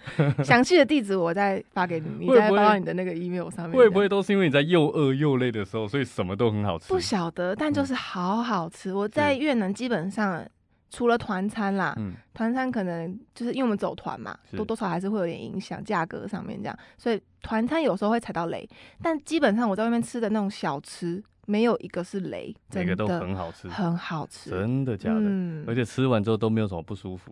Speaker 3: 详细的地址我再发给你，你
Speaker 1: 会不
Speaker 3: 再
Speaker 1: 会
Speaker 3: 发到你的那个 email 上面。
Speaker 1: 会不会都是因为你在又饿又累的时候，所以什么都很好吃？
Speaker 3: 不晓得？
Speaker 1: 嗯
Speaker 3: 但就是好好吃。我在越南基本上除了团餐啦，
Speaker 1: 嗯，
Speaker 3: 团餐可能就是因为我们走团嘛，
Speaker 1: 是
Speaker 3: 多多少还是会有点影响价格上面这样，所以团餐有时候会踩到雷。但基本上我在外面吃的那种小吃，没有一个是雷，
Speaker 1: 每
Speaker 3: 真
Speaker 1: 个都
Speaker 3: 的
Speaker 1: 很好吃，
Speaker 3: 很好吃。
Speaker 1: 真的假的？
Speaker 3: 嗯，
Speaker 1: 而且吃完之后都没有什么不舒服，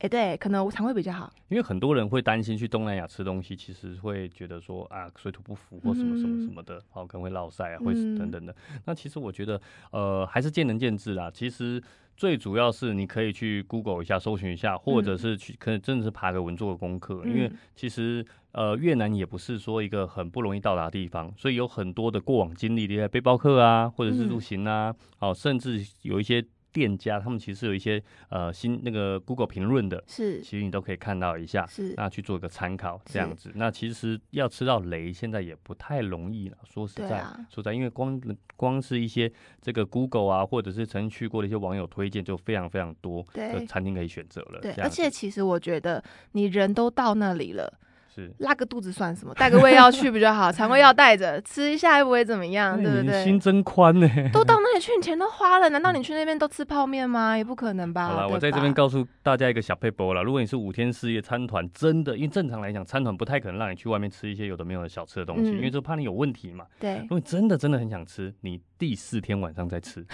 Speaker 3: 哎、对，可能我肠胃比较好。
Speaker 1: 因为很多人会担心去东南亚吃东西，其实会觉得说啊水土不服或什么什么什么的，哦可能会落晒啊，会
Speaker 3: 嗯
Speaker 1: 等等的。那其实我觉得呃还是见仁见智啦。其实最主要是你可以去 Google 一下，搜寻一下，或者是去可能真的是爬个文做个功课，因为
Speaker 3: 嗯
Speaker 1: 其实呃越南也不是说一个很不容易到达的地方，所以有很多的过往经历，例如背包客啊，或者是
Speaker 3: 嗯
Speaker 1: 入行啊，哦、甚至有一些。店家他们其实有一些呃新那个 Google 评论的，
Speaker 3: 是
Speaker 1: 其实你都可以看到一下，
Speaker 3: 是，
Speaker 1: 啊那去做一个参考
Speaker 3: 是
Speaker 1: 这样子。那其实要吃到雷，现在也不太容易了。说实
Speaker 3: 对
Speaker 1: 在，
Speaker 3: 啊
Speaker 1: 说实在，因为光光是一些这个 Google 啊，或者是曾经去过的一些网友推荐，就非常非常多的
Speaker 3: 对
Speaker 1: 餐厅可以选择了。
Speaker 3: 对，
Speaker 1: 这样
Speaker 3: 而且其实我觉得你人都到那里了，
Speaker 1: 是。
Speaker 3: 拉个肚子算什么？带个胃药去比较好，肠胃 药带着，吃一下又不会怎么样，对
Speaker 1: 你
Speaker 3: 不对
Speaker 1: 心？真宽呢、
Speaker 3: 都到那里去，你钱都花了，难道你去那边都吃泡面吗？也不可能吧。
Speaker 1: 嗯好了，
Speaker 3: 啊对
Speaker 1: 我在这边
Speaker 3: 吧
Speaker 1: 告诉大家一个小配博啦。如果你是五天四夜参团，真的，因为正常来讲，参团不太可能让你去外面吃一些有的没有的小吃的东西，
Speaker 3: 嗯
Speaker 1: 因为就怕你有问题嘛。
Speaker 3: 对
Speaker 1: 如果你真的真的很想吃，你第四天晚上再吃，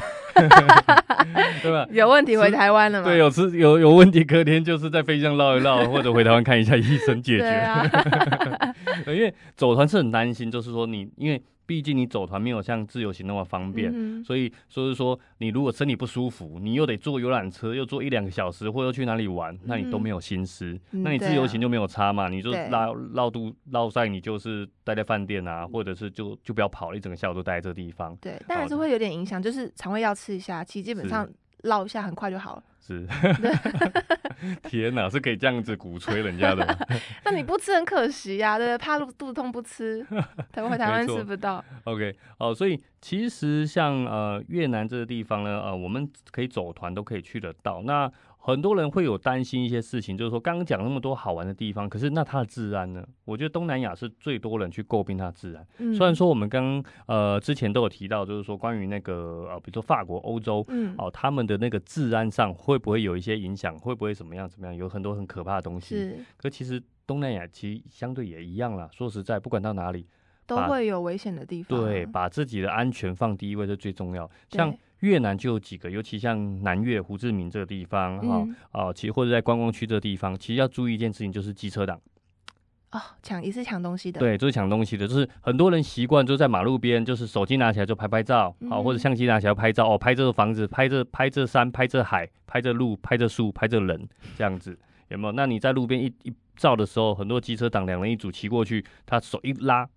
Speaker 1: 对吧？
Speaker 3: 有问题回台湾了嘛？
Speaker 1: 对，有吃有有问题，隔天就是在飞机上绕一绕，或者回台湾看一下医生解
Speaker 3: 对
Speaker 1: 决。
Speaker 3: 啊，
Speaker 1: 对因为走团是很担心，就是说你因为毕竟你走团没有像自由行那么方便，
Speaker 3: 嗯哼
Speaker 1: 所以就是说你如果身体不舒服，你又得坐游览车，又坐一两个小时，或者去哪里玩，那你都
Speaker 3: 嗯
Speaker 1: 没有心思。
Speaker 3: 嗯
Speaker 1: 那你自
Speaker 3: 对
Speaker 1: 由
Speaker 3: 啊
Speaker 1: 行就没有差嘛，你就
Speaker 3: 对
Speaker 1: 绕绕度绕赛，你就是待在饭店啊，或者是就就不要跑了，一整个下午都待在这个地方。
Speaker 3: 对，但还是会有点影响，就是肠胃药吃一下，其实基本
Speaker 1: 是
Speaker 3: 上绕一下很快 就好了。
Speaker 1: 是，天哪，是可以这样子鼓吹人家的 吗？
Speaker 3: 但你不吃很可惜呀、对不对？怕肚肚子痛 不吃，台湾回台湾
Speaker 1: 没错
Speaker 3: 吃不到。
Speaker 1: OK，哦，所以其实像呃越南这个地方呢，呃，我们可以走团都可以去得到。那很多人会有担心一些事情，就是说刚刚讲那么多好玩的地方，可是那它的治安呢？我觉得东南亚是最多人去诟病它的治安。
Speaker 3: 嗯
Speaker 1: 虽然，说我们刚呃之前都有提到，就是说关于那个呃，比如说法国、欧洲。
Speaker 3: 嗯，
Speaker 1: 哦，他们的那个治安上会不会有一些影响？会不会怎么样怎么样？有很多很可怕的东西。
Speaker 3: 是
Speaker 1: 可其实东南亚其实相对也一样啦。说实在，不管到哪里，
Speaker 3: 都
Speaker 1: 把
Speaker 3: 会有危险的地方啊。
Speaker 1: 对，把自己的安全放第一位是最重要。像
Speaker 3: 对
Speaker 1: 越南就有几个，尤其像南越、胡志明这个地方哈，哦
Speaker 3: 嗯，
Speaker 1: 其实或者在观光区这个地方，其实要注意一件事情，就是机车党。
Speaker 3: 哦，抢也是抢东西的。，
Speaker 1: 对，就是抢东西的，就是很多人习惯就在马路边，就是手机拿起来就拍拍照，啊、
Speaker 3: 嗯
Speaker 1: 或者相机拿起来拍照，哦，拍这个房子，拍这拍这山，拍这海，拍这路，拍这树，拍这人，这样子有没有？那你在路边一一照的时候，很多机车党两人一组骑过去，他手一拉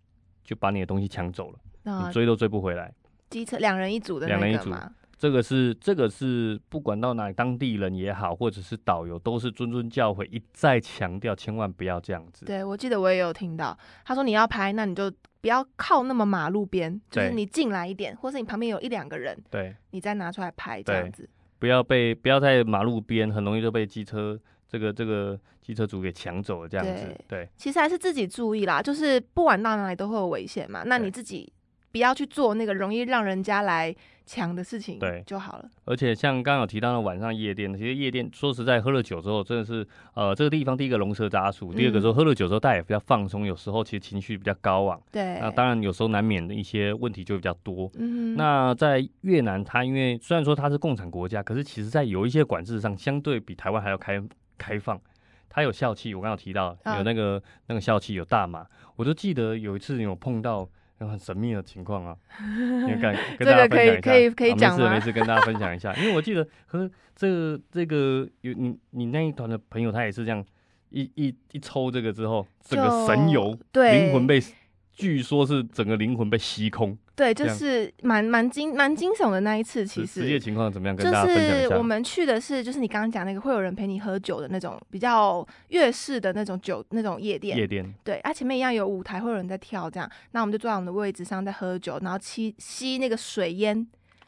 Speaker 1: 就把你的东西抢走了，
Speaker 3: 那
Speaker 1: 你追都追不回来。
Speaker 3: 机车两人一组的
Speaker 1: 两人
Speaker 3: 那
Speaker 1: 一
Speaker 3: 个
Speaker 1: 组
Speaker 3: 嘛，
Speaker 1: 这个是这个是不管到哪里，当地人也好，或者是导游，都是谆谆教诲，一再强调，千万不要这样子。
Speaker 3: 对我记得我也有听到，他说你要拍，那你就不要靠那么马路边，就是
Speaker 1: 对
Speaker 3: 你进来一点，或是你旁边有一两个人，
Speaker 1: 对，
Speaker 3: 你再拿出来拍这样
Speaker 1: 对
Speaker 3: 子。
Speaker 1: 不要被不要在马路边，很容易就被机车这个这个机车族给抢走了这样子。对
Speaker 3: 其实还是自己注意啦，就是不管到哪里都会有危险嘛，那
Speaker 1: 对
Speaker 3: 你自己不要去做那个容易让人家来抢的事情，
Speaker 1: 对
Speaker 3: 就好了。
Speaker 1: 而且像刚刚有提到的晚上夜店，其实夜店说实在，喝了酒之后真的是，呃，这个地方第一个龙蛇杂处，第二个
Speaker 3: 嗯
Speaker 1: 说喝了酒之后大家也比较放松，有时候其实情绪比较高昂，
Speaker 3: 对，
Speaker 1: 那当然有时候难免的一些问题就比较多。
Speaker 3: 嗯哼，
Speaker 1: 那在越南，它因为虽然说它是共产国家，可是其实在有一些管制上，相对比台湾还要开开放。它有笑气，我刚刚有提到
Speaker 3: 啊
Speaker 1: 有那个、那个笑气，有大麻。我就记得有一次有碰到很神秘的情况啊，你有 敢跟大家
Speaker 3: 这
Speaker 1: 分享一下？
Speaker 3: 个可以可以可以
Speaker 1: 啊
Speaker 3: 讲
Speaker 1: 没事
Speaker 3: 吗
Speaker 1: 没事，跟大家分享一下。因为我记得和这个这个有你你那一团的朋友，他也是这样一一一抽这个之后，整个神
Speaker 3: 就
Speaker 1: 游，
Speaker 3: 对
Speaker 1: 灵魂被据说是整个灵魂被吸空。
Speaker 3: 对，就
Speaker 1: 这样
Speaker 3: 是蛮蛮惊蛮惊悚的那一次，其
Speaker 1: 实实际
Speaker 3: 实。
Speaker 1: 情况怎么样？跟
Speaker 3: 就
Speaker 1: 大家分享一
Speaker 3: 是
Speaker 1: 下。
Speaker 3: 我们去的是，就是你刚刚讲那个会有人陪你喝酒的那种比较粤式的那种酒那种夜店，
Speaker 1: 夜店，
Speaker 3: 对，啊前面一样有舞台，会有人在跳这样，那我们就坐在我们的位置上在喝酒，然后吸吸那个水烟，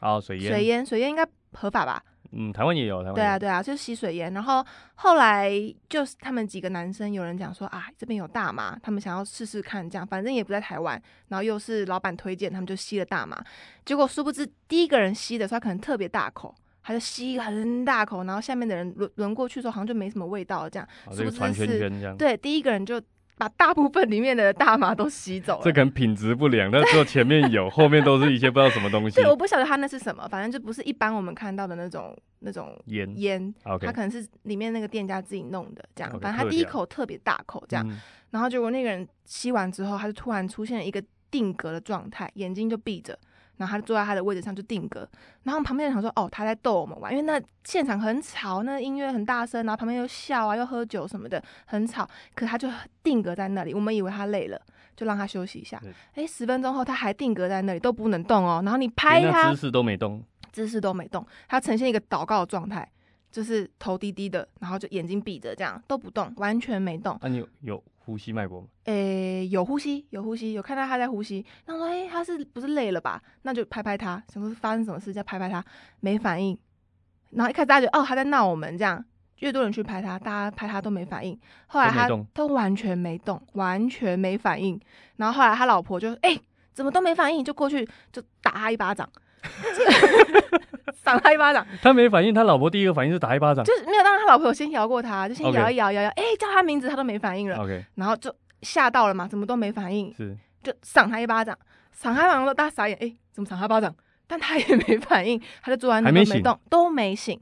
Speaker 1: 然后哦水烟，
Speaker 3: 水烟水烟应该合法吧？
Speaker 1: 嗯，台湾也有，台湾
Speaker 3: 对啊，
Speaker 1: 也
Speaker 3: 对啊，就是吸水烟。然后后来就是他们几个男生，有人讲说啊，这边有大麻，他们想要试试看，这样反正也不在台湾，然后又是老板推荐，他们就吸了大麻。结果殊不知第一个人吸的时候，他可能特别大口，他就吸一个很大口，然后下面的人轮轮过去的时候，好像就没什么味道了，这样
Speaker 1: 有，哦
Speaker 3: 殊
Speaker 1: 这
Speaker 3: 不
Speaker 1: 个传
Speaker 3: 知
Speaker 1: 圈
Speaker 3: 是
Speaker 1: 圈这样，
Speaker 3: 对第一个人就把大部分里面的大麻都吸走了。
Speaker 1: 这可能品质不良，但只有前面 有，后面都是一些不知道什么东西
Speaker 3: 对，我不晓得他那是什么，反正就不是一般我们看到的那种那种
Speaker 1: 烟。
Speaker 3: 烟，
Speaker 1: OK，
Speaker 3: 他可能是里面那个店家自己弄的，这样。
Speaker 1: OK，
Speaker 3: 反正他
Speaker 1: 特
Speaker 3: 第一
Speaker 1: 调
Speaker 3: 口特别大口这样，
Speaker 1: 嗯
Speaker 3: 然后结果那个人吸完之后，他就突然出现了一个定格的状态，眼睛就闭着，然后他就坐在他的位置上就定格。然后我们旁边人想说，哦，他在逗我们玩，因为那现场很吵，那音乐很大声，然后旁边又笑啊，又喝酒什么的，很吵。可他就定格在那里，我们以为他累了，就让他休息一下
Speaker 1: 对。
Speaker 3: 诶，十分钟后他还定格在那里，都不能动哦。然后你拍
Speaker 1: 连哎那
Speaker 3: 他
Speaker 1: 姿，势都没动，
Speaker 3: 姿势都没动，他呈现一个祷告的状态，就是头低低的，然后就眼睛闭着，这样都不动，完全没动。
Speaker 1: 那你有有呼吸脉搏吗？
Speaker 3: 诶、有呼吸，有呼吸，有看到他在呼吸。那我说，诶、他是不是累了吧？那就拍拍他，想说是发生什么事，再拍拍他，没反应。然后一开始大家觉得，哦，他在闹我们这样。越多人去拍他，大家拍他都没反应。后来
Speaker 1: 都没
Speaker 3: 他
Speaker 1: 动
Speaker 3: 都完全没动，完全没反应。然后后来他老婆就，诶、怎么都没反应，就过去就打他一 巴掌， 赏他一巴掌。
Speaker 1: 他没反应，他老婆第一个反应是打一巴 掌。
Speaker 3: 就是没有，当然他老婆有先摇过他，就先
Speaker 1: OK
Speaker 3: 摇一摇，摇一摇，哎、叫他名字他都没反应了，
Speaker 1: OK，
Speaker 3: 然后就吓到了嘛，怎么都没反应，
Speaker 1: 是
Speaker 3: 就赏他一巴掌，赏他一巴掌之后大家傻眼，哎、怎么赏他巴掌？但他也没反应，他就坐在那
Speaker 1: 还
Speaker 3: 边
Speaker 1: 没
Speaker 3: 没
Speaker 1: 醒
Speaker 3: 动，都没醒。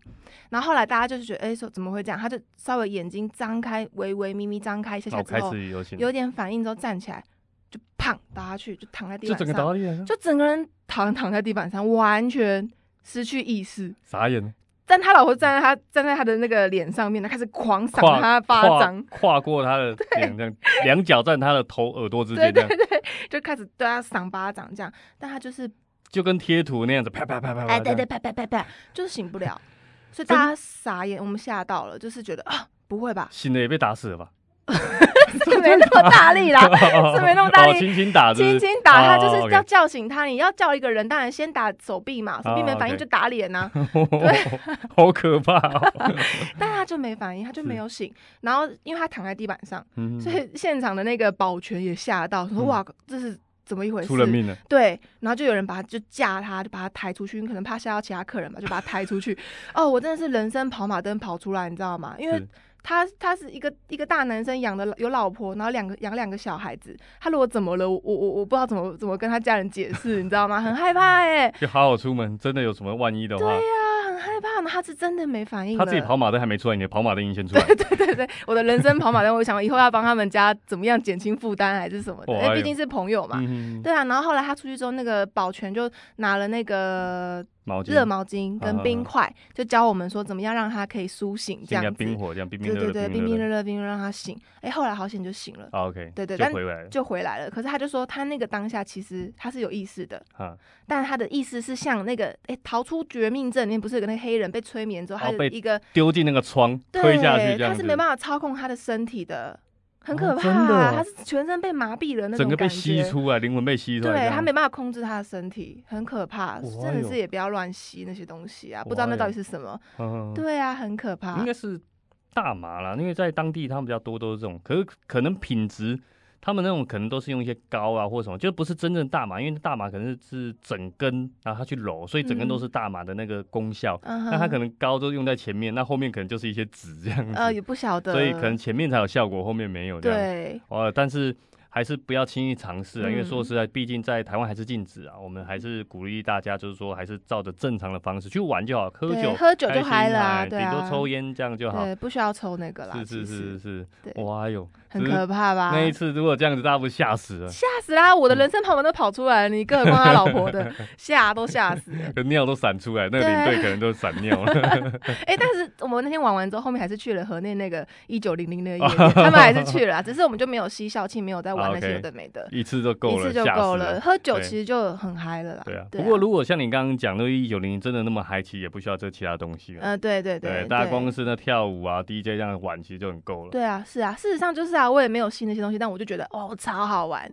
Speaker 3: 然后后来大家就是觉得，哎、说怎么会这样？他就稍微眼睛张开，微微眯眯张哦开一下
Speaker 1: 然
Speaker 3: 下
Speaker 1: 后
Speaker 3: 之
Speaker 1: 开
Speaker 3: 后，
Speaker 1: 始有醒，
Speaker 3: 有点反应之后站起来，就砰倒下去，就躺在地
Speaker 1: 就
Speaker 3: 板
Speaker 1: 整个
Speaker 3: 上，
Speaker 1: 倒在地板上，
Speaker 3: 就整个人躺躺在地板上，完全失去意识。
Speaker 1: 傻眼了，
Speaker 3: 但他老婆站在他站在他的那个脸上面，他开始狂赏
Speaker 1: 跨
Speaker 3: 他巴掌，
Speaker 1: 跨跨过他的脸，这样两脚在他的头耳朵之
Speaker 3: 对
Speaker 1: 间，这
Speaker 3: 对
Speaker 1: 样
Speaker 3: 对，就开始对他赏巴掌这样。但他就是
Speaker 1: 就跟贴图那样子，啪啪啪啪
Speaker 3: 哎，
Speaker 1: 啪，
Speaker 3: 对
Speaker 1: 这
Speaker 3: 对，
Speaker 1: 样
Speaker 3: 啪啪啪啪，就是醒不了，所以
Speaker 1: 真，
Speaker 3: 大家傻眼，我们吓到了，就是觉得啊，不会吧
Speaker 1: 醒了也被打死了吧？
Speaker 3: 这没那么 大力啦，
Speaker 1: 是
Speaker 3: 没那么大力
Speaker 1: 哦，轻轻打，
Speaker 3: 轻轻打他就
Speaker 1: 哦
Speaker 3: 是
Speaker 1: ，OK
Speaker 3: 要叫醒他，你要叫一个人，当然先打手臂嘛，手臂没
Speaker 1: 哦
Speaker 3: 反应
Speaker 1: OK
Speaker 3: 就打 脸呐，
Speaker 1: 对，好可怕 哦。
Speaker 3: 但他就没反应，他就没有醒，然后因为他躺在地板上，
Speaker 1: 嗯
Speaker 3: 所以现场的那个保全也吓到，说
Speaker 1: 嗯
Speaker 3: 哇，这是怎么一回事？
Speaker 1: 出了命了，
Speaker 3: 对，然后就有人把他就架他，就把他抬出去，你可能怕吓到其他客人吧，就把他抬出去。 哦，我真的是人生跑马灯跑出来，你知道吗？因为
Speaker 1: 是
Speaker 3: 他他是一个一个大男生，养的有老婆，然后两个养两个小孩子，他如果怎么了，我我我我不知道怎么怎么跟他家人解释，你知道吗？很害怕哎、
Speaker 1: 就好好出门，真的有什么万一的话，
Speaker 3: 啊，很害怕，然后他是真的没反应
Speaker 1: 他自己
Speaker 3: 了
Speaker 1: 跑马灯还没出来，你的跑马灯已经先出来，
Speaker 3: 对对对，我的人生跑马灯，我想以后要帮他们家怎么样减轻负担还是什么的，
Speaker 1: 哦
Speaker 3: 因
Speaker 1: 哎呦
Speaker 3: 为毕竟是朋友嘛。
Speaker 1: 嗯，
Speaker 3: 对啊，然后后来他出去之后，那个保全就拿了那个
Speaker 1: 毛巾
Speaker 3: 热毛巾跟冰
Speaker 1: 啊
Speaker 3: 块，就教我们说怎么样让他可以苏醒，
Speaker 1: 先给
Speaker 3: 这
Speaker 1: 它
Speaker 3: 样子。
Speaker 1: 冰火这样冰冰
Speaker 3: 对
Speaker 1: 热
Speaker 3: 对
Speaker 1: 热
Speaker 3: 对，
Speaker 1: 冰
Speaker 3: 冰
Speaker 1: 冰
Speaker 3: 冰
Speaker 1: 热
Speaker 3: 热
Speaker 1: 热
Speaker 3: 热冰热让他醒。哎，后来好险就醒了，
Speaker 1: 啊，OK，
Speaker 3: 对对
Speaker 1: 就
Speaker 3: 但
Speaker 1: 回来了
Speaker 3: 就回来了。可是他就说他那个当下其实他是有意识的，
Speaker 1: 啊，
Speaker 3: 但他的意识是像那个哎逃出绝命镇里面不是有个那个黑人被催眠之后，
Speaker 1: 哦
Speaker 3: 他有
Speaker 1: 被
Speaker 3: 一个
Speaker 1: 丢进那个窗推下去
Speaker 3: 对，
Speaker 1: 这样
Speaker 3: 他
Speaker 1: 子，
Speaker 3: 是没办法操控他的身体的，很
Speaker 1: 哦
Speaker 3: 可怕
Speaker 1: 真的
Speaker 3: 啊，
Speaker 1: 哦
Speaker 3: 他是全身被麻痹了那
Speaker 1: 整
Speaker 3: 种
Speaker 1: 个被
Speaker 3: 感
Speaker 1: 吸
Speaker 3: 觉。
Speaker 1: 出来，灵魂被吸出来这
Speaker 3: 对
Speaker 1: 样，嗯
Speaker 3: 他没办法控制他的身体，很可怕，
Speaker 1: 哇
Speaker 3: 真的
Speaker 1: 哟
Speaker 3: 是也不要乱吸那些东西啊，不知
Speaker 1: 哇
Speaker 3: 道那到
Speaker 1: 哟
Speaker 3: 底是什么。
Speaker 1: 嗯，
Speaker 3: 对啊，很可怕。
Speaker 1: 应该是大麻啦，因为在当地他们比较多都是这种，可是可能品质。他们那种可能都是用一些膏啊或什么，就不是真正大麻，因为大麻可能是整根，然后它去揉，所以整根都
Speaker 3: 嗯
Speaker 1: 是大麻的那个功效。
Speaker 3: 嗯哼，
Speaker 1: 那它可能膏都用在前面，那后面可能就是一些纸这样子。
Speaker 3: 呃也不晓得，
Speaker 1: 所以可能前面才有效果，后面没有这样。
Speaker 3: 对，
Speaker 1: 哦，但是还是不要轻易尝试啊，因为
Speaker 3: 嗯
Speaker 1: 说实在，毕竟在台湾还是禁止啊。我们还是鼓励大家，就是说还是照着正常的方式去玩就好，喝
Speaker 3: 对
Speaker 1: 酒
Speaker 3: 喝酒
Speaker 1: 开
Speaker 3: 就
Speaker 1: 心
Speaker 3: 嗨了
Speaker 1: 哎
Speaker 3: 啊，对
Speaker 1: 顶多
Speaker 3: 啊，
Speaker 1: 抽烟这样就好。
Speaker 3: 对，不需要抽那个啦，
Speaker 1: 是是
Speaker 3: 其
Speaker 1: 是
Speaker 3: 实，
Speaker 1: 是是，
Speaker 3: 对
Speaker 1: 哇哟，
Speaker 3: 很
Speaker 1: 只是
Speaker 3: 可怕吧？
Speaker 1: 那一嗯次如果这样子，大家不吓死了，
Speaker 3: 吓死啦！我的人生跑门都跑出来了，你更何况他老婆 的吓都吓死了。
Speaker 1: 尿都闪出来，那个领队可能都闪尿 了。
Speaker 3: 哎，但是我们那天玩完之后，后面还是去了河内那个一九零 零的夜店，他们还是去了啊，只是我们就没有吸笑气，没有在玩那些
Speaker 1: 啊 OK
Speaker 3: 有的没的，
Speaker 1: 一次就够
Speaker 3: 一
Speaker 1: 了，
Speaker 3: 次就
Speaker 1: 吓
Speaker 3: 够
Speaker 1: 死了。
Speaker 3: 喝酒
Speaker 1: 对
Speaker 3: 其实就很嗨了啦。
Speaker 1: 对啊，不过如果像你刚刚讲的，一九零真的那么嗨，其实也不需要这其他东西了。
Speaker 3: 呃，对对
Speaker 1: 对，大
Speaker 3: 对
Speaker 1: 家光是那跳舞啊、DJ 这样的晚期就很够了。
Speaker 3: 对啊，是啊，事实上就是啊，我也没有信那些东西，但我就觉得哦，超好 玩。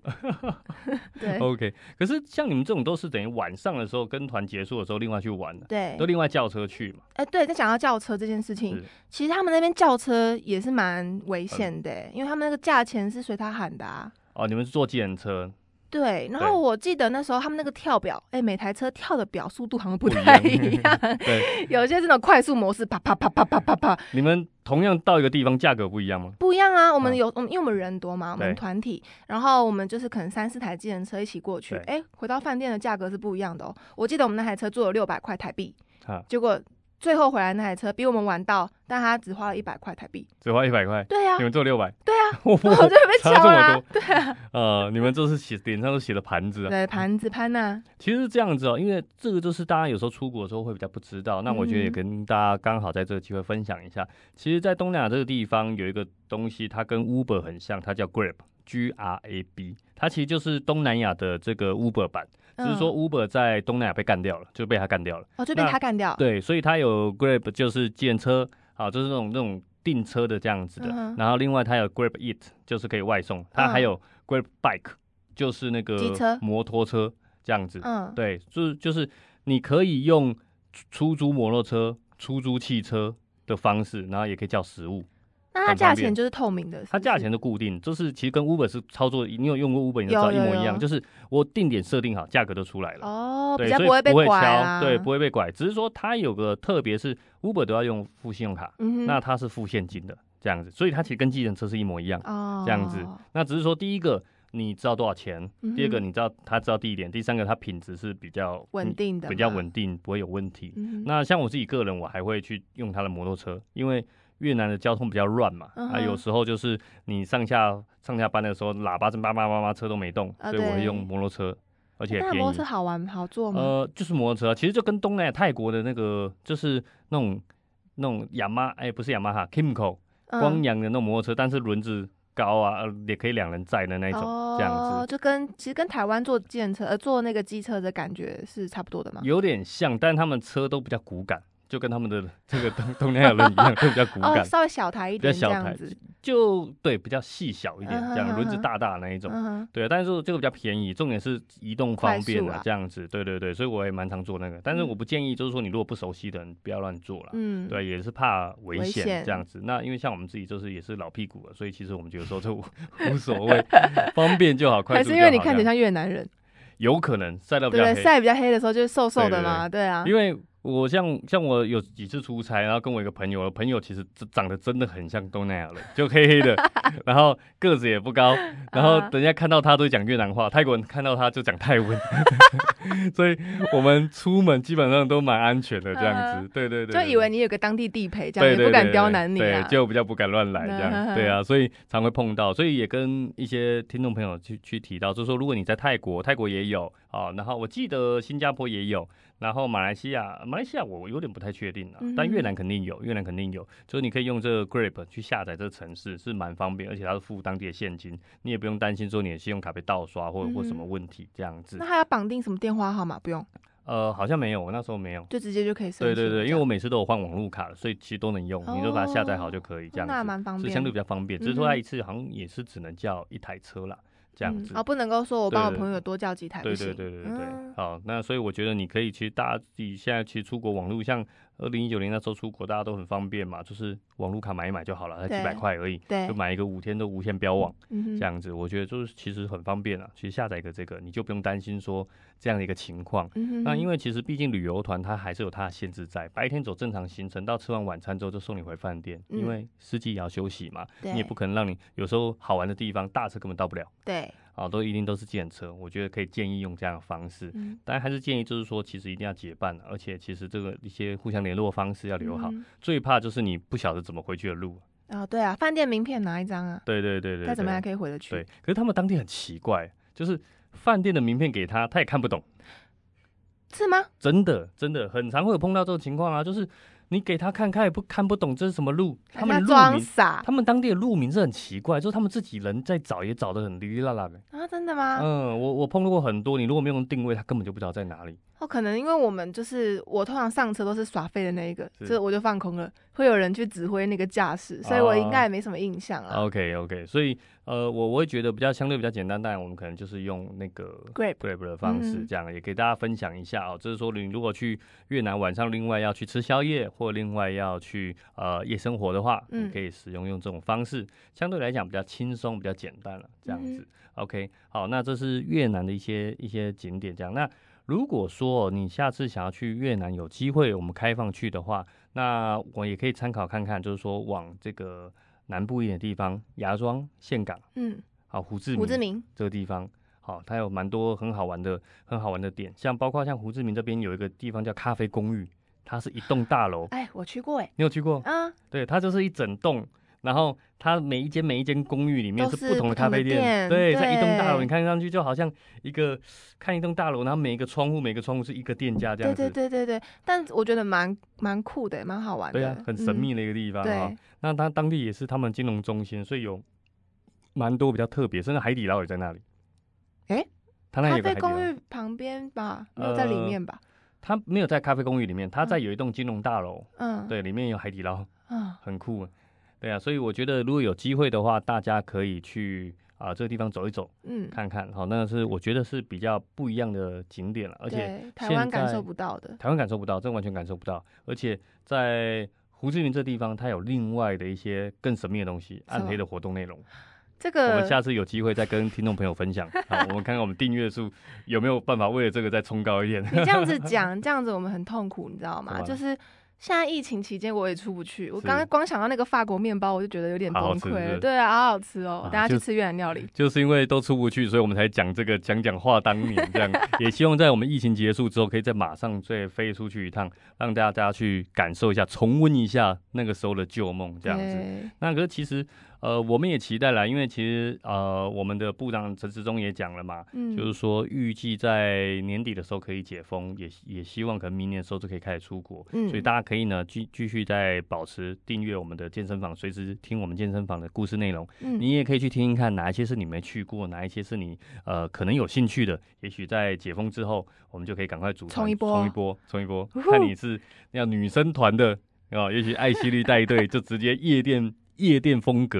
Speaker 3: 对
Speaker 1: OK，可是像你们这种都是等于晚上的时候跟团结束的时候另外去玩的，
Speaker 3: 对
Speaker 1: 都，另外叫车去嘛。
Speaker 3: 哎、对，在讲到轿车这件事情
Speaker 1: 是，
Speaker 3: 其实他们那边轿车也是蛮危险的、欸因为他们那个价钱是随他喊的啊。
Speaker 1: 哦，你们是坐计程车，
Speaker 3: 对，然
Speaker 1: 对
Speaker 3: 后我记得那时候他们那个跳表，哎、每台车跳的表速度好像不
Speaker 1: 不一
Speaker 3: 太
Speaker 1: 样
Speaker 3: 一样，
Speaker 1: 对，
Speaker 3: 有些是那种快速模式，啪啪啪啪啪啪啪，
Speaker 1: 你们同样到一个地方，价格不一样吗？
Speaker 3: 不一样啊。我们
Speaker 1: 嗯
Speaker 3: 有，我们因为我们人多嘛，我
Speaker 1: 对
Speaker 3: 们团体，然后我们就是可能三四台计程车一起过去，
Speaker 1: 对
Speaker 3: 哎、回到饭店的价格是不一样的哦。我记得我们那台车做了六百块台币，
Speaker 1: 啊，
Speaker 3: 结果最后回来那台车比我们晚到，但他只花了一百块台币。
Speaker 1: 只花一百块，
Speaker 3: 对啊
Speaker 1: 你，们坐六 百，
Speaker 3: 对啊，
Speaker 1: 我
Speaker 3: 我就被
Speaker 1: 差
Speaker 3: 敲
Speaker 1: 这
Speaker 3: 了
Speaker 1: 么
Speaker 3: 啊
Speaker 1: 多。，对啊， 呃，你们这是写脸上都写的盘子啊。
Speaker 3: 对，盘子潘啊呐，
Speaker 1: 其实是这样子哦，因为这个就是大家有时候出国的时候会比较不知道。那我觉得也
Speaker 3: 嗯
Speaker 1: 跟大家刚好在这个机会分享一下。其实，在东南亚这个地方有一个东西，它跟 Uber 很像，它叫 Grab，G R A B，它其实就是东南亚的这个 Uber 版，只是说
Speaker 3: 嗯
Speaker 1: Uber 在东南亚被干掉了，就被它干掉了。
Speaker 3: 哦，就被
Speaker 1: 那
Speaker 3: 他干掉。
Speaker 1: 对，所以它有 Grab 就是计程车，啊，就是那种那种订车的这样子的。
Speaker 3: 嗯哼
Speaker 1: 然后另外它有 Grab Eat，就是可以外送，它还
Speaker 3: 嗯
Speaker 1: 有 Grab Bike，就是那个
Speaker 3: 机车
Speaker 1: 摩托车这样子。
Speaker 3: 嗯，
Speaker 1: 对，就是就是你可以用出出租摩托车、出租汽车的方式，然后也可以叫食物，
Speaker 3: 那它
Speaker 1: 很
Speaker 3: 价
Speaker 1: 方便
Speaker 3: 钱就是透明的，是
Speaker 1: 它
Speaker 3: 不
Speaker 1: 价
Speaker 3: 是
Speaker 1: 钱都固定，就是其实跟 Uber 是操作，你有用过 Uber 你就知
Speaker 3: 有
Speaker 1: 道一
Speaker 3: 有
Speaker 1: 模一样，
Speaker 3: 有
Speaker 1: 就是我定点设定好，价格都出来了。
Speaker 3: 哦，比
Speaker 1: 对，
Speaker 3: 较
Speaker 1: 所以
Speaker 3: 不会被拐啊啦。
Speaker 1: 敲，对，不会被拐。只是说它有个特别是 Uber 都要用付信用卡，
Speaker 3: 嗯哼，
Speaker 1: 那它是付现金的这样子，所以它其实跟计程车是一模一样。
Speaker 3: 哦
Speaker 1: 这样子那只是说，第一个你知道多少钱，
Speaker 3: 嗯哼
Speaker 1: 第二个你知道他知道地点，第三个他品质是比较嗯
Speaker 3: 稳，定的
Speaker 1: 比较
Speaker 3: 嘛
Speaker 1: 稳。定，不会有问题。
Speaker 3: 嗯哼
Speaker 1: 那像我自己个人，我还会去用他的摩托车，因为越南的交通比较乱嘛，
Speaker 3: 嗯
Speaker 1: 啊，
Speaker 3: 哼
Speaker 1: 有时候就是你上下上下班的时候，喇叭声叭叭叭叭，车都没动，
Speaker 3: 啊
Speaker 1: 所以我会
Speaker 3: 对
Speaker 1: 用摩托车，而且
Speaker 3: 那
Speaker 1: 便宜。
Speaker 3: 摩托车好玩好坐吗？
Speaker 1: 呃，就是摩托车，其实就跟东南亚泰国的那个，就是那种那种雅马，哎，不是雅马哈，Kimco 呃光
Speaker 3: 嗯
Speaker 1: 阳的那种摩托车，但是轮子高啊，呃也可以两人载的那一种，这样
Speaker 3: 哦，
Speaker 1: 子
Speaker 3: 就跟其实跟台湾坐电车呃坐那个机车的感觉是差不多的嘛。
Speaker 1: 有点像，但他们车都比较骨感，就跟他们的 这个东东南亚人一样，都比较骨
Speaker 3: 哦，
Speaker 1: 感，
Speaker 3: 稍微小台一
Speaker 1: 比较
Speaker 3: 点这
Speaker 1: 小
Speaker 3: 样
Speaker 1: 台
Speaker 3: 子。，
Speaker 1: 就对，比较细小一点，
Speaker 3: 嗯哼
Speaker 1: 这样轮子
Speaker 3: 嗯哼
Speaker 1: 大大的那一种。啊
Speaker 3: 嗯哼，
Speaker 1: 对，但是这个比较便宜，重点是移动
Speaker 3: 快
Speaker 1: 方便
Speaker 3: 速
Speaker 1: 啊
Speaker 3: 啊，
Speaker 1: 这样子，对对对，所以我也蛮常做那个，但是
Speaker 3: 嗯
Speaker 1: 我不建议，就是说你如果不熟悉的人不要乱做啦。
Speaker 3: 嗯，
Speaker 1: 对，也是怕危
Speaker 3: 危
Speaker 1: 险
Speaker 3: 险
Speaker 1: 这样子。那因为像我们自己就是也是老屁股了，所以其实我们觉得说这无无所 谓，方便就好，快
Speaker 3: 还
Speaker 1: 速
Speaker 3: 是
Speaker 1: 就好。
Speaker 3: 因为你看
Speaker 1: 这
Speaker 3: 起来
Speaker 1: 样
Speaker 3: 像越南人，
Speaker 1: 有可能晒到
Speaker 3: 对
Speaker 1: 哦比较
Speaker 3: 不对？
Speaker 1: 黑，
Speaker 3: 晒比较黑的时候就是瘦瘦的嘛，对啊。
Speaker 1: 因为我像像我有几次出差，然后跟我一个朋友，我朋友其实真长得真的很像东南亚人，就黑黑 的，然后个子也不高，然后
Speaker 3: 啊
Speaker 1: 人家看到他都讲越南话，泰国人看到他就讲泰 文，所以我们出门基本上都蛮安全的这样
Speaker 3: 啊
Speaker 1: 子。对对对，
Speaker 3: 就
Speaker 1: 对
Speaker 3: 以为你有个当地地陪，这样
Speaker 1: 对
Speaker 3: 也
Speaker 1: 对
Speaker 3: 不敢
Speaker 1: 对
Speaker 3: 刁难你
Speaker 1: 对，
Speaker 3: 啊。
Speaker 1: 就比较不敢乱来这样，
Speaker 3: 嗯
Speaker 1: 对啊，所以常会碰到，所以也跟一些听众朋友去去提到，就是说如果你在泰国，泰国也有啊，然后我记得新加坡也有，然后马来西亚，马来西亚我有点不太确
Speaker 3: 嗯
Speaker 1: 定啊，但越南肯定有，越南肯定有，就是你可以用这个 Grab 去下载这个城市是蛮方便，而且它是付当地的现金，你也不用担心说你的信用卡被盗刷或
Speaker 3: 嗯哼
Speaker 1: 或什么问题这样子
Speaker 3: 那，还要绑定什么电话号码？不用，
Speaker 1: 呃，好像没有，我那时候没有。
Speaker 3: 就直接就可以申
Speaker 1: 对
Speaker 3: 请。
Speaker 1: 对对，因为我
Speaker 3: 我
Speaker 1: 每次都有换网络卡了，所以其实都能用，你就把它下载好
Speaker 3: 哦
Speaker 1: 就可以这样子。
Speaker 3: 那蛮方
Speaker 1: 是
Speaker 3: 便，
Speaker 1: 相对比较方便，只是说
Speaker 3: 嗯哼
Speaker 1: 它一次好像也是只能叫一台车啦，这样
Speaker 3: 嗯
Speaker 1: 子。
Speaker 3: 哦，不能够说我
Speaker 1: 对
Speaker 3: 帮我
Speaker 1: 对
Speaker 3: 朋友多叫几台，
Speaker 1: 对
Speaker 3: 不
Speaker 1: 对
Speaker 3: 行
Speaker 1: 对对对对，
Speaker 3: 嗯
Speaker 1: 好，那所以我觉得你可以，其实大家自己现在其实出国网络，像二零一九年那时候出国，大家都很方便嘛，就是网络卡买一买就好了，才几百
Speaker 3: 对
Speaker 1: 块而已，
Speaker 3: 对
Speaker 1: 就，买一个五天都无限标网
Speaker 3: 嗯
Speaker 1: 这
Speaker 3: 哼
Speaker 1: 样子，我觉得就是其实很方便了。其实下载一个这个，你就不用担心说这样的一个情况。
Speaker 3: 嗯哼，
Speaker 1: 那因
Speaker 3: 为
Speaker 1: 为其实毕竟旅游团它还是有它的限制在，白天走正常行程，到吃完晚餐之后就送你回饭店，因
Speaker 3: 嗯
Speaker 1: 为司机也要休息嘛，你也不可能让你有时候好玩的地方大车根本到不了
Speaker 3: 对，
Speaker 1: 啊，都一定都是计程车。我觉得可以建议用这样的方式，
Speaker 3: 嗯
Speaker 1: 但还是建议就是说，其实一定要结伴，啊而且其实这个一些互相联络方式要留好。
Speaker 3: 嗯
Speaker 1: 最怕就是你不晓得怎么回去的路。
Speaker 3: 哦，对啊，饭店名片拿一张啊，
Speaker 1: 对对对对
Speaker 3: 再
Speaker 1: 对，
Speaker 3: 怎么样可以回得去
Speaker 1: 对，。可是他们当地很奇怪，就是饭店的名片给他，他也看不懂。
Speaker 3: 是吗？
Speaker 1: 真的真的很常会有碰到这种情况啊，就是你给他看，他也不看不懂这是什么路，他们
Speaker 3: 人
Speaker 1: 路
Speaker 3: 家装啊
Speaker 1: 名，
Speaker 3: 傻
Speaker 1: 他们当地的路名是很奇怪，就是他们自己人在找也找的很哩哩啦啦的。
Speaker 3: 啊，真的吗？
Speaker 1: 嗯，我我碰到过很多，你如果没有用定位，他根本就不知道在哪里。
Speaker 3: 哦，可能因为我们就是我通常上车都是耍废的那一个，
Speaker 1: 是
Speaker 3: 所以我就放空了，会有人去指挥那个驾驶，所以
Speaker 1: 哦
Speaker 3: 我应该也没什么印象啊了。
Speaker 1: OK OK，所以呃，我我会觉得比较相对比较简单，但我们可能就是用那个
Speaker 3: Grab
Speaker 1: Grab 的方式，
Speaker 3: 嗯
Speaker 1: 这样也给大家分享一下哦。就是说，你如果去越南晚上另外要去吃宵夜，或另外要去呃夜生活的话，
Speaker 3: 嗯
Speaker 1: 你可以使用用这种方式，相对来讲比较轻松、比较简单了，这样子
Speaker 3: 嗯。
Speaker 1: OK，好，那这是越南的一些一些景点，这样那。如果说你下次想要去越南，有机会我们开放去的话，那我也可以参考看看，就是说往这个南部一点的地方，芽庄、岘港
Speaker 3: 嗯，
Speaker 1: 啊、胡志明
Speaker 3: 胡志明，
Speaker 1: 这个地方，好、它有蛮多很好玩的、很好玩的点，像包括像胡志明这边有一个地方叫咖啡公寓，它是一栋大楼，
Speaker 3: 哎，我去过哎，
Speaker 1: 你有去过？
Speaker 3: 啊，
Speaker 1: 对，它就是一整栋。然后它每一间每一间公寓里面
Speaker 3: 都
Speaker 1: 是
Speaker 3: 是
Speaker 1: 不同的
Speaker 3: 不
Speaker 1: 咖
Speaker 3: 同的
Speaker 1: 啡
Speaker 3: 店
Speaker 1: 对，像一栋大楼，
Speaker 3: 对
Speaker 1: 你看上去就好像一个看一栋大楼，然后每一个窗户每个窗户是一个店家这样
Speaker 3: 对
Speaker 1: 子，
Speaker 3: 对对对对，但我觉得蛮蛮酷的，蛮好玩的，
Speaker 1: 对啊，很神秘的一个地方
Speaker 3: 嗯。
Speaker 1: 啊、
Speaker 3: 对，
Speaker 1: 那它当地也是他们金融中心，所以有蛮多比较特别，甚至海底捞也在那里。
Speaker 3: 诶
Speaker 1: 它那
Speaker 3: 咖
Speaker 1: 有个
Speaker 3: 啡
Speaker 1: 海底
Speaker 3: 公
Speaker 1: 捞，
Speaker 3: 寓旁边吧，没有在里
Speaker 1: 呃
Speaker 3: 面吧？
Speaker 1: 它没有在咖啡公寓里面，它在
Speaker 3: 嗯
Speaker 1: 有一栋金融大楼，
Speaker 3: 嗯，
Speaker 1: 对，里面有海底捞，
Speaker 3: 啊，
Speaker 1: 很酷啊。对啊，所以我觉得如果有机会的话，大家可以去啊、这个地方走一走，
Speaker 3: 嗯，
Speaker 1: 看看。好，那是我觉得是比较不一样的景点了，而且
Speaker 3: 对台
Speaker 1: 现
Speaker 3: 湾感
Speaker 1: 在
Speaker 3: 受不到的，
Speaker 1: 台湾感受不到，真的完全感受不到。而且在胡志明这地方，它有另外的一些更神秘的东西，
Speaker 3: 什么呃
Speaker 1: 暗黑的活动内容。
Speaker 3: 这
Speaker 1: 我
Speaker 3: 个
Speaker 1: 们下次有机会再跟听众朋友分享。好， 我们看看我们订阅数有没有办法为了这个再冲高一点。
Speaker 3: 你这样子讲，这样子我们很痛苦，你知道吗？
Speaker 1: 干嘛
Speaker 3: 就是现在疫情期间我也出不去，我
Speaker 1: 是
Speaker 3: 刚刚光想到那个法国面包，我就觉得有点崩
Speaker 1: 好好吃是不
Speaker 3: 溃。
Speaker 1: 是
Speaker 3: 对啊，好好吃
Speaker 1: 啊
Speaker 3: 哦，等下去
Speaker 1: 就
Speaker 3: 吃越南料理。
Speaker 1: 就是因为都出不去，所以我们才讲这个讲讲话当年 这样，也希望在我们疫情结束之后，可以再马上再飞出去一趟，让大家去感受一下，重温一下那个时候的旧梦 这样子。
Speaker 3: 对
Speaker 1: 那可是其实呃，我们也期待啦，因为其实呃，我们的部长陈时中也讲了嘛。
Speaker 3: 嗯，
Speaker 1: 就是说，预计在年底的时候可以解封，也也希望可能明年的时候就可以开始出国。
Speaker 3: 嗯
Speaker 1: 所以大家可以呢继继续在保持订阅我们的健身房，随时听我们健身房的故事内容。
Speaker 3: 嗯
Speaker 1: 你也可以去听听看，哪一些是你没去过，哪一些是你呃可能有兴趣的。也许在解封之后，我们就可以赶快组团
Speaker 3: 冲一波
Speaker 1: 冲一波，冲一波
Speaker 3: 呼，呼
Speaker 1: 看你是要女生团的啊、也许艾希律带队就直接夜店夜店风格，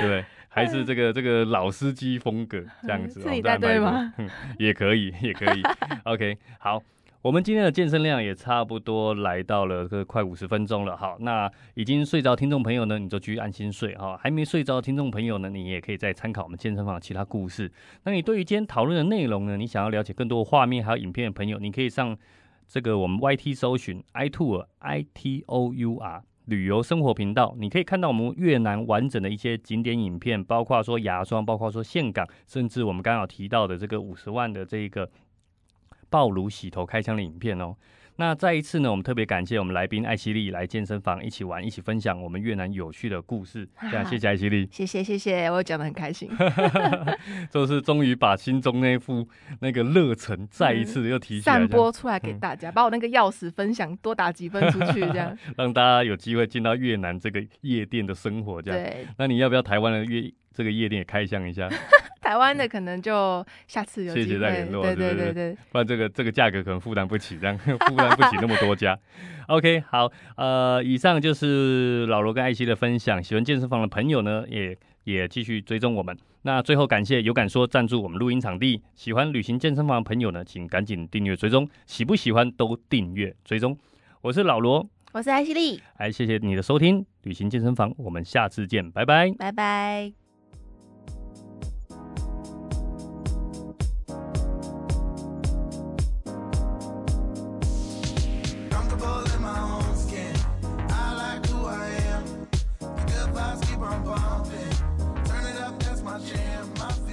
Speaker 1: 对不对？还是这个这个老司机风格这样子，
Speaker 3: 嗯自己
Speaker 1: 哦当
Speaker 3: 带
Speaker 1: 然
Speaker 3: 队
Speaker 1: 拜托
Speaker 3: 吗
Speaker 1: 哼也可以，也可以。OK，好。我们今天的健身量也差不多来到了这个快五十分钟了，好，那已经睡着听众朋友呢，你就继续安心睡哈、还没睡着的听众朋友呢，你也可以再参考我们健身房的其他故事。那你对于今天讨论的内容呢，你想要了解更多画面还有影片的朋友，你可以上这个我们 YT 搜寻 iTour I T O U R 旅游生活频道，你可以看到我们越南完整的一些景点影片，包括说芽庄，包括说岘港，甚至我们刚好提到的这个五十万的这个爆乳洗头开箱的影片哦。那再一次呢，我们特别感谢我们来宾艾希莉来健身房一起玩，一起分享我们越南有趣的故事。这样，谢谢艾希莉。
Speaker 3: 谢谢谢谢，我讲的很开心。
Speaker 1: 就是终于把心中那副那个热忱再 一嗯次又提起来，
Speaker 3: 嗯散
Speaker 1: 这样
Speaker 3: 播出来给大家，把我那个钥匙分享多打几分出去，这样
Speaker 1: 让大家有机会进到越南这个夜店的生 活。这样，
Speaker 3: 对。
Speaker 1: 那你要不要台湾的夜这个夜店也开箱一下？
Speaker 3: 台湾的可能就下次
Speaker 1: 嗯
Speaker 3: 有
Speaker 1: 谢
Speaker 3: 机
Speaker 1: 谢
Speaker 3: 会，
Speaker 1: 再联络
Speaker 3: 对
Speaker 1: 是
Speaker 3: 对
Speaker 1: 不
Speaker 3: 对
Speaker 1: 是
Speaker 3: 对，
Speaker 1: 不然这个这个价格可能负担不起，这样 负担不起那么多家。OK，好，呃，以上就是老罗跟艾希的分享。喜欢健身房的朋友呢，也也继续追踪我们。那最后感谢有感说赞助我们录音场地。喜欢旅行健身房的朋友呢，请赶紧订阅追踪。喜不喜欢都订阅追踪。我是老罗，
Speaker 3: 我是艾希丽，
Speaker 1: 哎，谢谢你的收听，旅行健身房，我们下次见，拜拜。
Speaker 3: 拜拜。
Speaker 2: Comfortable in my own skin. I like who I am. The good vibes keep on pumping. Turn it up, that's my jam. I feel